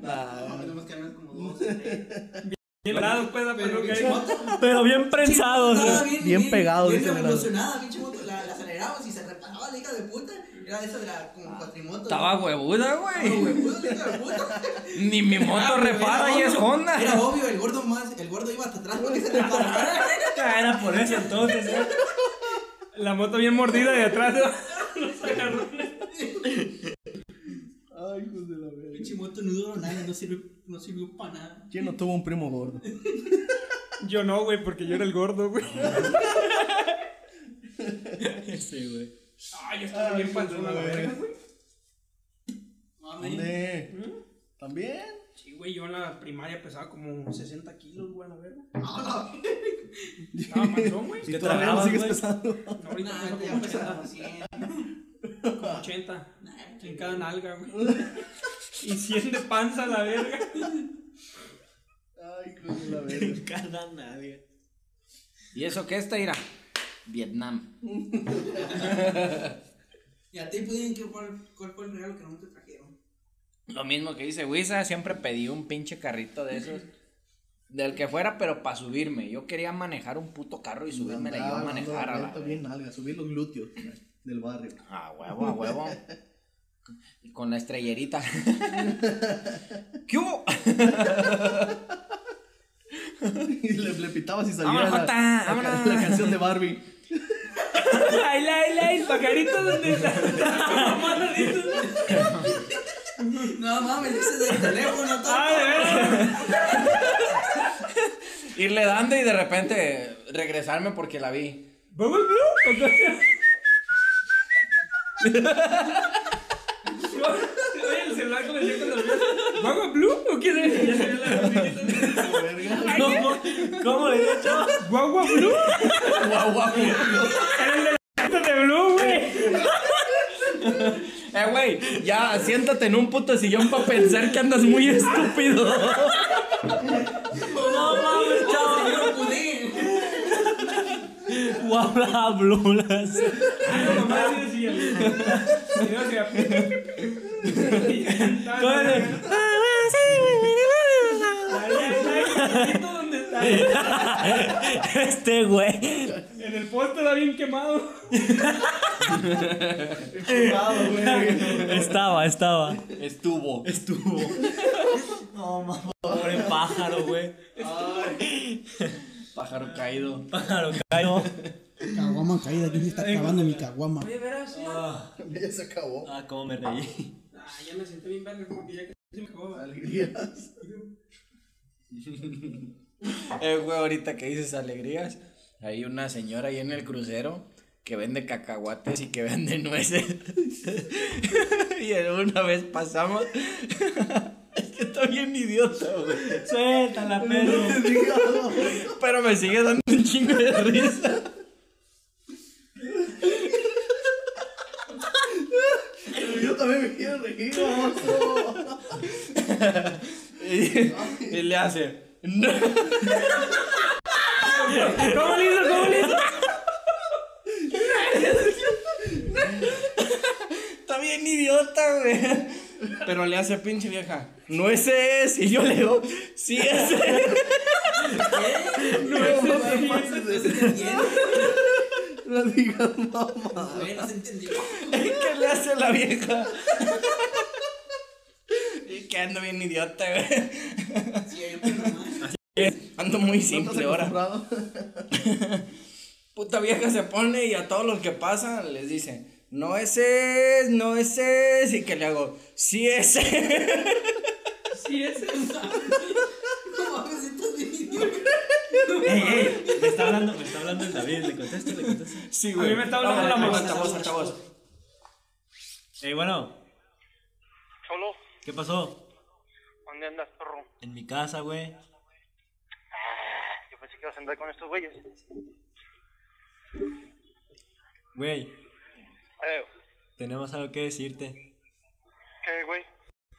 Speaker 5: Nah, no, tenemos que armar como dos. tres.
Speaker 2: Bien raro, pues, la
Speaker 5: Pero
Speaker 2: peluca.
Speaker 5: pinche
Speaker 2: ¿eh?
Speaker 5: moto.
Speaker 4: Pero bien prensados.
Speaker 5: Estaba
Speaker 4: ¿no?
Speaker 3: bien pegado,
Speaker 5: Bien
Speaker 3: dice, ¿verdad?
Speaker 5: revolucionada, pinche moto. La, la acelerabas y se reparaba la hija de puta. Era de esa de la como cuatrimoto.
Speaker 1: Estaba huevuda,
Speaker 5: Pero,
Speaker 1: güey.
Speaker 5: güey, puta, la hija de puta.
Speaker 1: Ni mi moto repara y es Honda.
Speaker 5: Era obvio, el gordo más, el gordo iba hasta atrás porque se reparara.
Speaker 4: Ah, Era por eso entonces. ¿eh?
Speaker 2: La moto bien mordida de atrás. ¿no? Los agarró.
Speaker 3: Ay, hijos de la verga.
Speaker 5: Pinche moto no duró nada, no sirvió, no sirvió para nada.
Speaker 3: ¿Quién no tuvo un primo gordo?
Speaker 2: Yo no, güey, porque yo era el gordo, güey.
Speaker 4: Sí, güey. Ah,
Speaker 2: Ay, yo estaba bien panzona, la verga, güey.
Speaker 5: Mami.
Speaker 3: ¿Dónde?
Speaker 1: ¿Mm?
Speaker 3: ¿También?
Speaker 2: Sí, güey, yo en la primaria pesaba como 60 kilos, güey, a la verga.
Speaker 5: Ah, la-
Speaker 2: Estaba panzón, güey.
Speaker 4: ¿Qué
Speaker 3: Y todavía no
Speaker 4: tragabas,
Speaker 3: sigues
Speaker 4: güey?
Speaker 3: pesando.
Speaker 2: No, ahorita
Speaker 5: Nah,
Speaker 2: peso
Speaker 5: ya
Speaker 2: como
Speaker 5: pesaba
Speaker 2: 80.
Speaker 5: como 100.
Speaker 2: Como 80.
Speaker 5: Nah,
Speaker 2: En
Speaker 5: que-
Speaker 2: cada nalga, güey. Y 100 de panza, la verga.
Speaker 3: Ay, hijos de la verga.
Speaker 4: Cada nadie.
Speaker 1: ¿Y eso qué esta ira? Vietnam.
Speaker 5: Y a ti pudieron que cuál, cuál fue el regalo que no te trajeron.
Speaker 1: Lo mismo que dice Wisa, siempre pedí un pinche carrito de esos. Del que fuera, pero para subirme. Yo quería manejar un puto carro y subirme la yo a
Speaker 3: Andaba,
Speaker 1: manejar
Speaker 3: andaba
Speaker 1: a
Speaker 3: lento,
Speaker 1: la.
Speaker 3: bien nalga, subir los glúteos del barrio.
Speaker 1: A huevo, a huevo. Y con la estrellerita. ¿Qué hubo?
Speaker 3: Y le, le pitabas y salía
Speaker 1: Vámonos,
Speaker 3: la,
Speaker 1: Jota,
Speaker 3: la ca-
Speaker 1: vámonos.
Speaker 3: la canción de Barbie.
Speaker 2: Ay, la, ay, la, el pajarito donde está.
Speaker 5: No mames, ese es el teléfono, todo.
Speaker 2: Ay, de Ah, verga.
Speaker 1: Irle dando y de repente regresarme porque la vi.
Speaker 2: Bubble Blue. Entonces. Oye, el celular con el chico de los ¿Bubble Blue? ¿O qué es? Ya se la musiquita.
Speaker 3: Verga.
Speaker 4: ¿Cómo, ¿Cómo le he hecho?
Speaker 2: ¿Guagua Blue?
Speaker 1: Guau, guau, guau.
Speaker 2: Esto de Blue, güey.
Speaker 1: Eh, güey, ya siéntate en un puto sillón para pensar que andas muy estúpido.
Speaker 4: No mames,
Speaker 5: Ah,
Speaker 4: chavo.
Speaker 5: yo no pude.
Speaker 4: Guabla, blulas.
Speaker 2: Ah, no, mamá, así decía. güey. Y yo hacía pi, pi, pi, pi.
Speaker 4: Con el-
Speaker 2: Ay, ay, ay, el pajarito donde está.
Speaker 4: Este güey.
Speaker 2: En el poste está bien quemado.
Speaker 3: Cuidado, güey.
Speaker 4: Estaba, estaba.
Speaker 1: Estuvo.
Speaker 4: Estuvo. No mames. Pobre pájaro, güey.
Speaker 1: Pájaro caído.
Speaker 4: Pájaro cayó.
Speaker 5: Caguama caída, yo me está acabando mi caguama.
Speaker 2: Oye, verás.
Speaker 4: Ah,
Speaker 3: Ya se acabó.
Speaker 4: ah, cómo me reí.
Speaker 2: Ah, ya me senté bien verga porque ya que se me acabó.
Speaker 3: Alegrías.
Speaker 1: Eh, güey, ahorita que dices alegrías, hay una señora ahí en el crucero que vende cacahuates y que vende nueces. y en una vez pasamos. es que está bien idiota, güey.
Speaker 4: Suéltala, perro.
Speaker 1: Pero me sigue dando un chingo de risa.
Speaker 3: Yo también me quiero reír, vamos.
Speaker 1: Y, y le hace. "No".
Speaker 2: ¿Cómo le hizo? ¿Cómo le hizo?
Speaker 1: Está bien idiota, güey. Pero le hace pinche vieja. No ese es. Y yo le digo, sí ese es.
Speaker 3: No, no te pases de
Speaker 5: ¿Se entiende?
Speaker 3: No digas mamá.
Speaker 5: Güey, no se entendió.
Speaker 1: ¿Qué le hace la vieja? Y que ando bien idiota, güey.
Speaker 5: Siempre nomás.
Speaker 1: Ando muy
Speaker 3: ¿No estás
Speaker 1: simple ahora.
Speaker 3: acostumbrado?
Speaker 1: Puta vieja se pone y a todos los que pasan les dice, no ese es, no ese es. Y que le hago, sí ese es".
Speaker 2: Sí, ese es.
Speaker 5: No mames, estás bien idiota.
Speaker 4: Ey, ey. Me está hablando, me está hablando el David. Le contesto, le contesto.
Speaker 1: Sí,
Speaker 2: A mí me está hablando la mamá.
Speaker 1: Aguanta, voz, aguanta, voz.
Speaker 4: Ey, bueno.
Speaker 6: Cholo,
Speaker 4: ¿Qué pasó?
Speaker 6: ¿dónde andas, perro?
Speaker 4: En mi casa, güey.
Speaker 6: Yo pensé que ibas a andar con estos güeyes.
Speaker 4: Güey,
Speaker 6: Eh,
Speaker 4: tenemos algo que decirte.
Speaker 6: ¿qué, güey?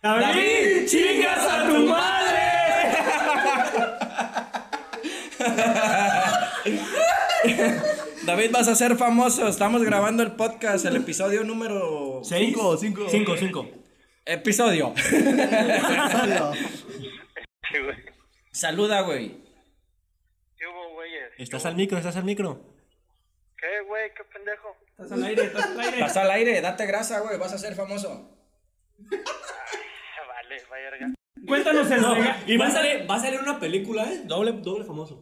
Speaker 2: ¡David! ¡Chingas a tu madre!
Speaker 1: David, vas a ser famoso. Estamos grabando el podcast, el episodio número.
Speaker 4: ¿Seis?
Speaker 3: Cinco, cinco.
Speaker 4: Cinco, cinco.
Speaker 1: Episodio.
Speaker 3: Salió.
Speaker 6: Sí, güey.
Speaker 1: Saluda, güey.
Speaker 6: ¿Qué hubo, güeyes?
Speaker 4: Estás al micro, estás al micro.
Speaker 6: ¿Qué, güey? ¿Qué pendejo?
Speaker 2: Estás al aire, estás al aire.
Speaker 1: Pasa al aire, date grasa, güey. Vas a ser famoso.
Speaker 6: Vale, verga.
Speaker 2: Cuéntanos el regalo.
Speaker 4: y va a, salir, va a salir una película, ¿eh? Doble, doble famoso.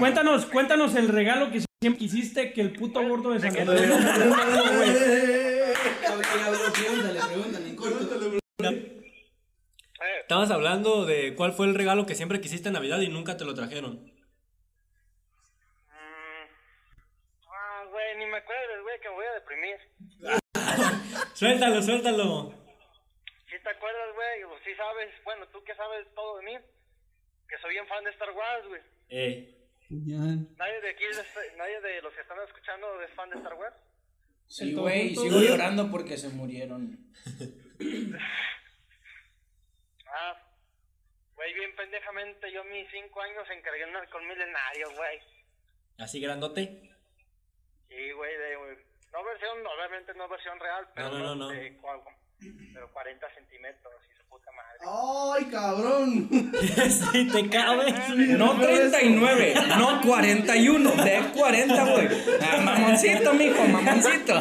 Speaker 2: Cuéntanos, cuéntanos el regalo que siempre quisiste que el puto gordo de San
Speaker 5: Pregúntale, pregúntale, en corto.
Speaker 6: Eh,
Speaker 4: Estabas hablando de cuál fue el regalo que siempre quisiste en Navidad y nunca te lo trajeron.
Speaker 6: mm, ah, güey, ni me acuerdo, güey, que me voy a deprimir.
Speaker 4: Suéltalo, suéltalo.
Speaker 6: Si te acuerdas, güey, o si sabes, bueno, tú que sabes todo de mí, que soy bien fan de Star Wars, güey.
Speaker 4: Eh,
Speaker 6: Nadie de aquí, de- nadie de los que están escuchando es fan de Star Wars.
Speaker 1: Sí, güey, sigo llorando porque se murieron.
Speaker 6: Ah, güey, bien pendejamente, yo a mis cinco años encargué un alcohol milenario, güey.
Speaker 4: así grandote.
Speaker 6: Sí, güey, de, no versión, obviamente no versión real, pero
Speaker 4: No, no, no, no.
Speaker 6: de cual- pero 40 centímetros y su puta madre.
Speaker 3: ¡Ay, cabrón!
Speaker 4: Si te cabes.
Speaker 1: No 39, no 41, de 40, güey. Ah, mamoncito, mijo, mamoncito.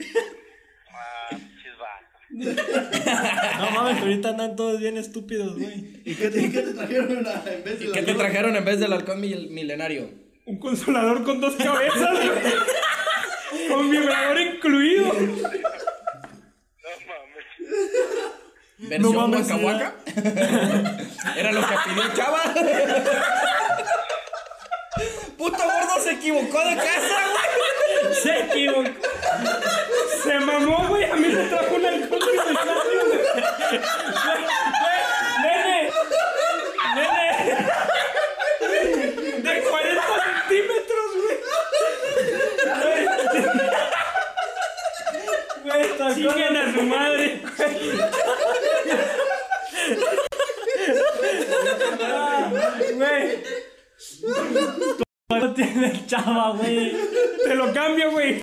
Speaker 6: Ah, chisba.
Speaker 4: No mames, que ahorita andan todos bien estúpidos, güey.
Speaker 3: ¿Y qué te, y qué te trajeron la- en vez de
Speaker 1: ¿Qué te trajeron en vez del halcón mil- milenario?
Speaker 2: Un consolador con dos cabezas, güey. Con vibrador incluido.
Speaker 6: No mames.
Speaker 1: ¿Versión
Speaker 4: No mames, ¿eh?
Speaker 1: Waka Waka? Era lo que pidió Chava. Puto gordo se equivocó de casa, güey.
Speaker 2: Se equivocó. Se mamó, güey. A mí me trajo un alcohol milenario, güey. Güey, Nene. Nene. De 40 centímetros, güey. Güey, güey, chinguen a su madre. Ah, Güey,
Speaker 4: No tiene el chava, güey.
Speaker 2: te lo cambio, güey.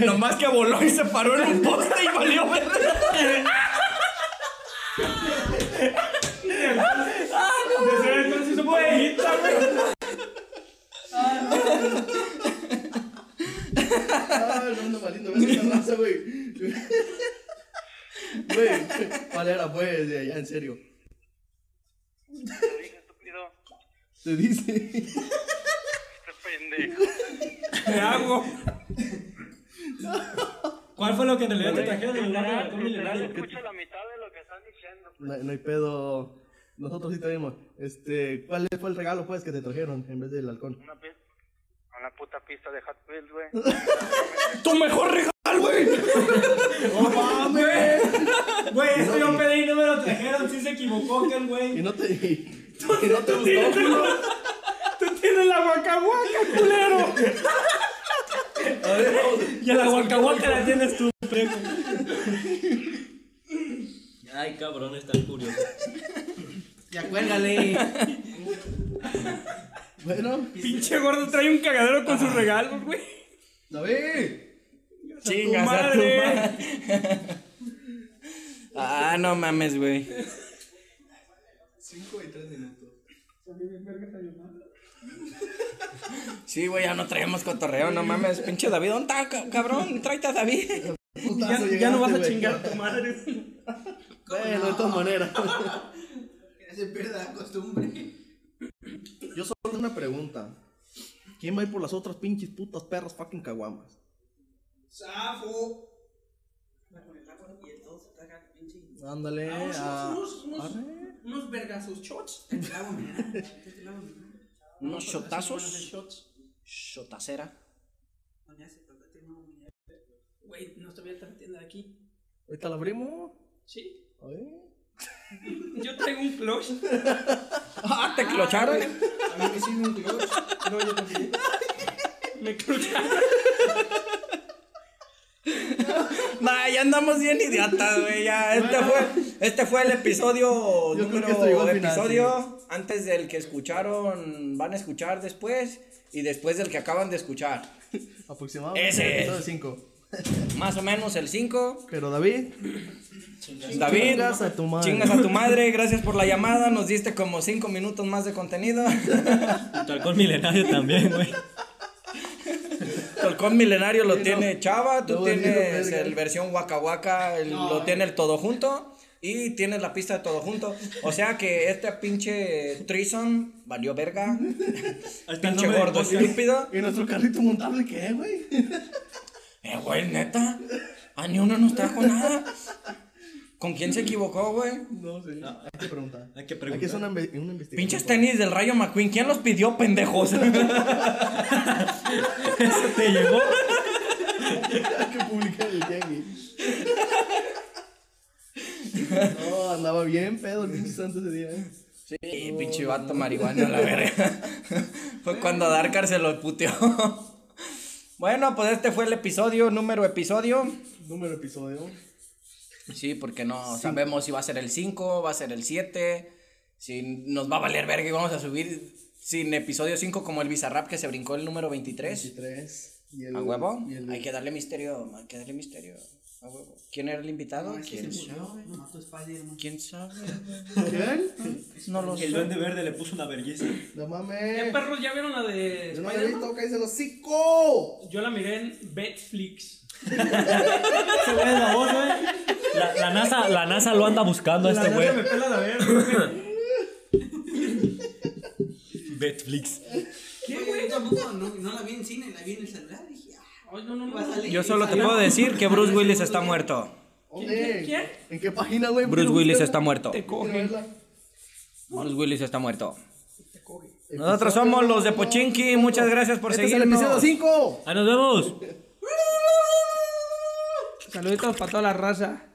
Speaker 1: Nomás que voló y se paró en un poste y valió verga.
Speaker 2: Desde ese entonces hizo pollita, güey.
Speaker 3: ¡Ay, no ando valiendo! ¡Ves esa raza, güey! Güey, ¿cuál era, pues? Ya, en serio.
Speaker 6: Te dije, estúpido.
Speaker 3: Te dice.
Speaker 6: Este pendejo.
Speaker 2: ¿Qué hago?
Speaker 4: ¿Cuál fue lo que en realidad te trajeron en el
Speaker 6: Literal,
Speaker 4: barrio?
Speaker 6: literal, escucho la mitad de lo que están diciendo.
Speaker 3: No, hay- no hay pedo. Nosotros sí tenemos. Este, ¿cuál fue el regalo, pues, que te trajeron en vez del halcón?
Speaker 6: Una pista. Una puta pista de Hot Wheels, güey.
Speaker 2: ¡Tu mejor regalo, güey!
Speaker 3: ¡No mames!
Speaker 4: Güey, eso yo pedí y no me lo trajeron. Sí se equivocó, que el güey.
Speaker 3: Y no te. Y, no te gustó.
Speaker 2: ¡Tú tienes la guacahuaca, culero!
Speaker 3: A ver, vamos.
Speaker 4: Y a la guacahuaca la tienes tú, prego. Ay, cabrón, están curiosos.
Speaker 5: Ya cuélgale.
Speaker 3: Bueno,
Speaker 2: Pinche gordo trae un cagadero con sus regalos, güey.
Speaker 3: David.
Speaker 1: Chingas
Speaker 2: tu
Speaker 1: a tu
Speaker 2: madre.
Speaker 1: madre. Ah, no mames, güey.
Speaker 3: Cinco y tres minutos.
Speaker 1: Sí, güey, ya no traemos cotorreo, no mames. Pinche David, ¿dónde está, ca- cabrón? Tráete a David.
Speaker 2: Ya, ya no vas a chingar a tu madre.
Speaker 3: Bueno, de todas maneras.
Speaker 5: Que se pierda la costumbre.
Speaker 3: Yo solo tengo una pregunta. ¿Quién va a ir por las otras pinches putas perras fucking caguamas?
Speaker 5: Safo. Va con el lápiz y el todo se traga pinche.
Speaker 3: Ándale.
Speaker 5: Ah, unos-
Speaker 3: a-
Speaker 5: unos- unos-
Speaker 3: arre.
Speaker 5: Unos vergazos shots. Te la hago mañana, te la hago mañana.
Speaker 1: Unos
Speaker 5: Vamos a hacer
Speaker 1: shotazos.
Speaker 5: semanas de shots.
Speaker 1: Shotacera.
Speaker 5: No me hace falta, tengo una mañana. Güey, no estoy abierta la tienda de aquí.
Speaker 3: Ahorita la abrimos.
Speaker 5: Sí.
Speaker 3: A ver.
Speaker 2: Yo traigo un clutch.
Speaker 1: ¡Ah, te clocharon!
Speaker 5: A mí me sirve un clutch. No, yo también.
Speaker 2: Me clucharon.
Speaker 1: Nah, ya andamos bien idiotas, güey. Ya, este fue, este fue el episodio
Speaker 3: Yo creo que
Speaker 1: número
Speaker 3: esto llegó al final,
Speaker 1: episodio. antes del que escucharon, van a escuchar después y después del que acaban de escuchar.
Speaker 3: Aproximadamente.
Speaker 1: Ese es.
Speaker 3: episodio cinco.
Speaker 1: Más o menos el 5.
Speaker 3: Pero David,
Speaker 1: David,
Speaker 3: Chingas a tu madre.
Speaker 1: chingas a tu madre, gracias por la llamada, nos diste como 5 minutos más de contenido.
Speaker 4: Tu alcohol milenario también, güey.
Speaker 1: Tolcón Milenario lo
Speaker 3: Sí, no.
Speaker 1: tiene Chava, tú
Speaker 3: No,
Speaker 1: tienes
Speaker 3: ni lo verga.
Speaker 1: el versión Waka Waka, el- lo tiene el Todo Junto y tienes la pista de Todo Junto. O sea que este pinche Trison valió verga,
Speaker 4: Ahí está el
Speaker 1: pinche
Speaker 4: nombre del
Speaker 1: gordo
Speaker 4: podcast.
Speaker 1: estúpido.
Speaker 3: ¿y nuestro carrito montable qué, güey?
Speaker 1: Eh, güey, neta, a ni uno nos trajo nada. ¿Con quién se equivocó, güey?
Speaker 3: No sé. hay que preguntar.
Speaker 4: Hay
Speaker 3: Aquí
Speaker 4: que
Speaker 3: es
Speaker 4: preguntar.
Speaker 3: una, inve- una investigación.
Speaker 1: Pinches tenis del Rayo McQueen, ¿quién los pidió, pendejos?
Speaker 4: ¿Eso te llegó?
Speaker 3: Hay que publicar el tianguis. No, andaba bien pedo el pinche santo ese día, eh.
Speaker 1: Sí, pinche vato marihuana, la verga. fue cuando a Darkar se lo puteó. bueno, pues este fue el episodio, número episodio.
Speaker 3: Número episodio.
Speaker 1: Sí, porque no sabemos si va a ser el 5, va a ser el 7, si nos va a valer verga y vamos a subir sin episodio 5 como el Bizarrap que se brincó el número 23.
Speaker 3: 23. Y el,
Speaker 1: A huevo,
Speaker 3: Y el,
Speaker 1: hay que darle misterio, hay que darle misterio. A huevo. ¿Quién era el invitado? ¿Quién,
Speaker 5: se
Speaker 1: sabe?
Speaker 5: murió, güey. Lo mató Spider-Man.
Speaker 1: ¿Quién sabe?
Speaker 3: ¿Quién?
Speaker 1: No lo
Speaker 4: El
Speaker 1: sé.
Speaker 4: duende verde le puso una vergüenza.
Speaker 3: No
Speaker 2: ¿Qué
Speaker 3: mames.
Speaker 2: perros ya vieron la de
Speaker 3: Yo no había
Speaker 2: Spider-Man?
Speaker 3: visto, cállese los hocico.
Speaker 2: Yo la miré en Betflix.
Speaker 4: Ese güey es la voz, güey. La, la NASA, la NASA lo anda buscando a este güey.
Speaker 2: me pela la verga.
Speaker 4: Netflix.
Speaker 5: Oye, Yo tampoco, no, no la vi en cine, la vi en el celular. Dije, ah,
Speaker 2: Ay, no, no,
Speaker 5: va a
Speaker 2: no.
Speaker 5: salir.
Speaker 1: Yo solo te
Speaker 5: Salió.
Speaker 1: puedo decir que Bruce Willis está muerto.
Speaker 3: ¿Dónde?
Speaker 2: ¿Quién- quién?
Speaker 3: ¿En qué página, güey?
Speaker 1: Bruce
Speaker 3: Quiero
Speaker 1: Willis
Speaker 3: buscarla.
Speaker 1: está muerto.
Speaker 2: Te
Speaker 3: Quiero
Speaker 2: coge.
Speaker 3: verla.
Speaker 1: Bruce Willis está muerto.
Speaker 2: Te coge.
Speaker 1: Nosotros somos los de Pochinki. Muchas gracias por
Speaker 3: Este es el
Speaker 1: seguirnos.
Speaker 3: episodio 5.
Speaker 4: ¡Ahí ¡Ah, nos vemos!
Speaker 2: Saluditos para toda la raza.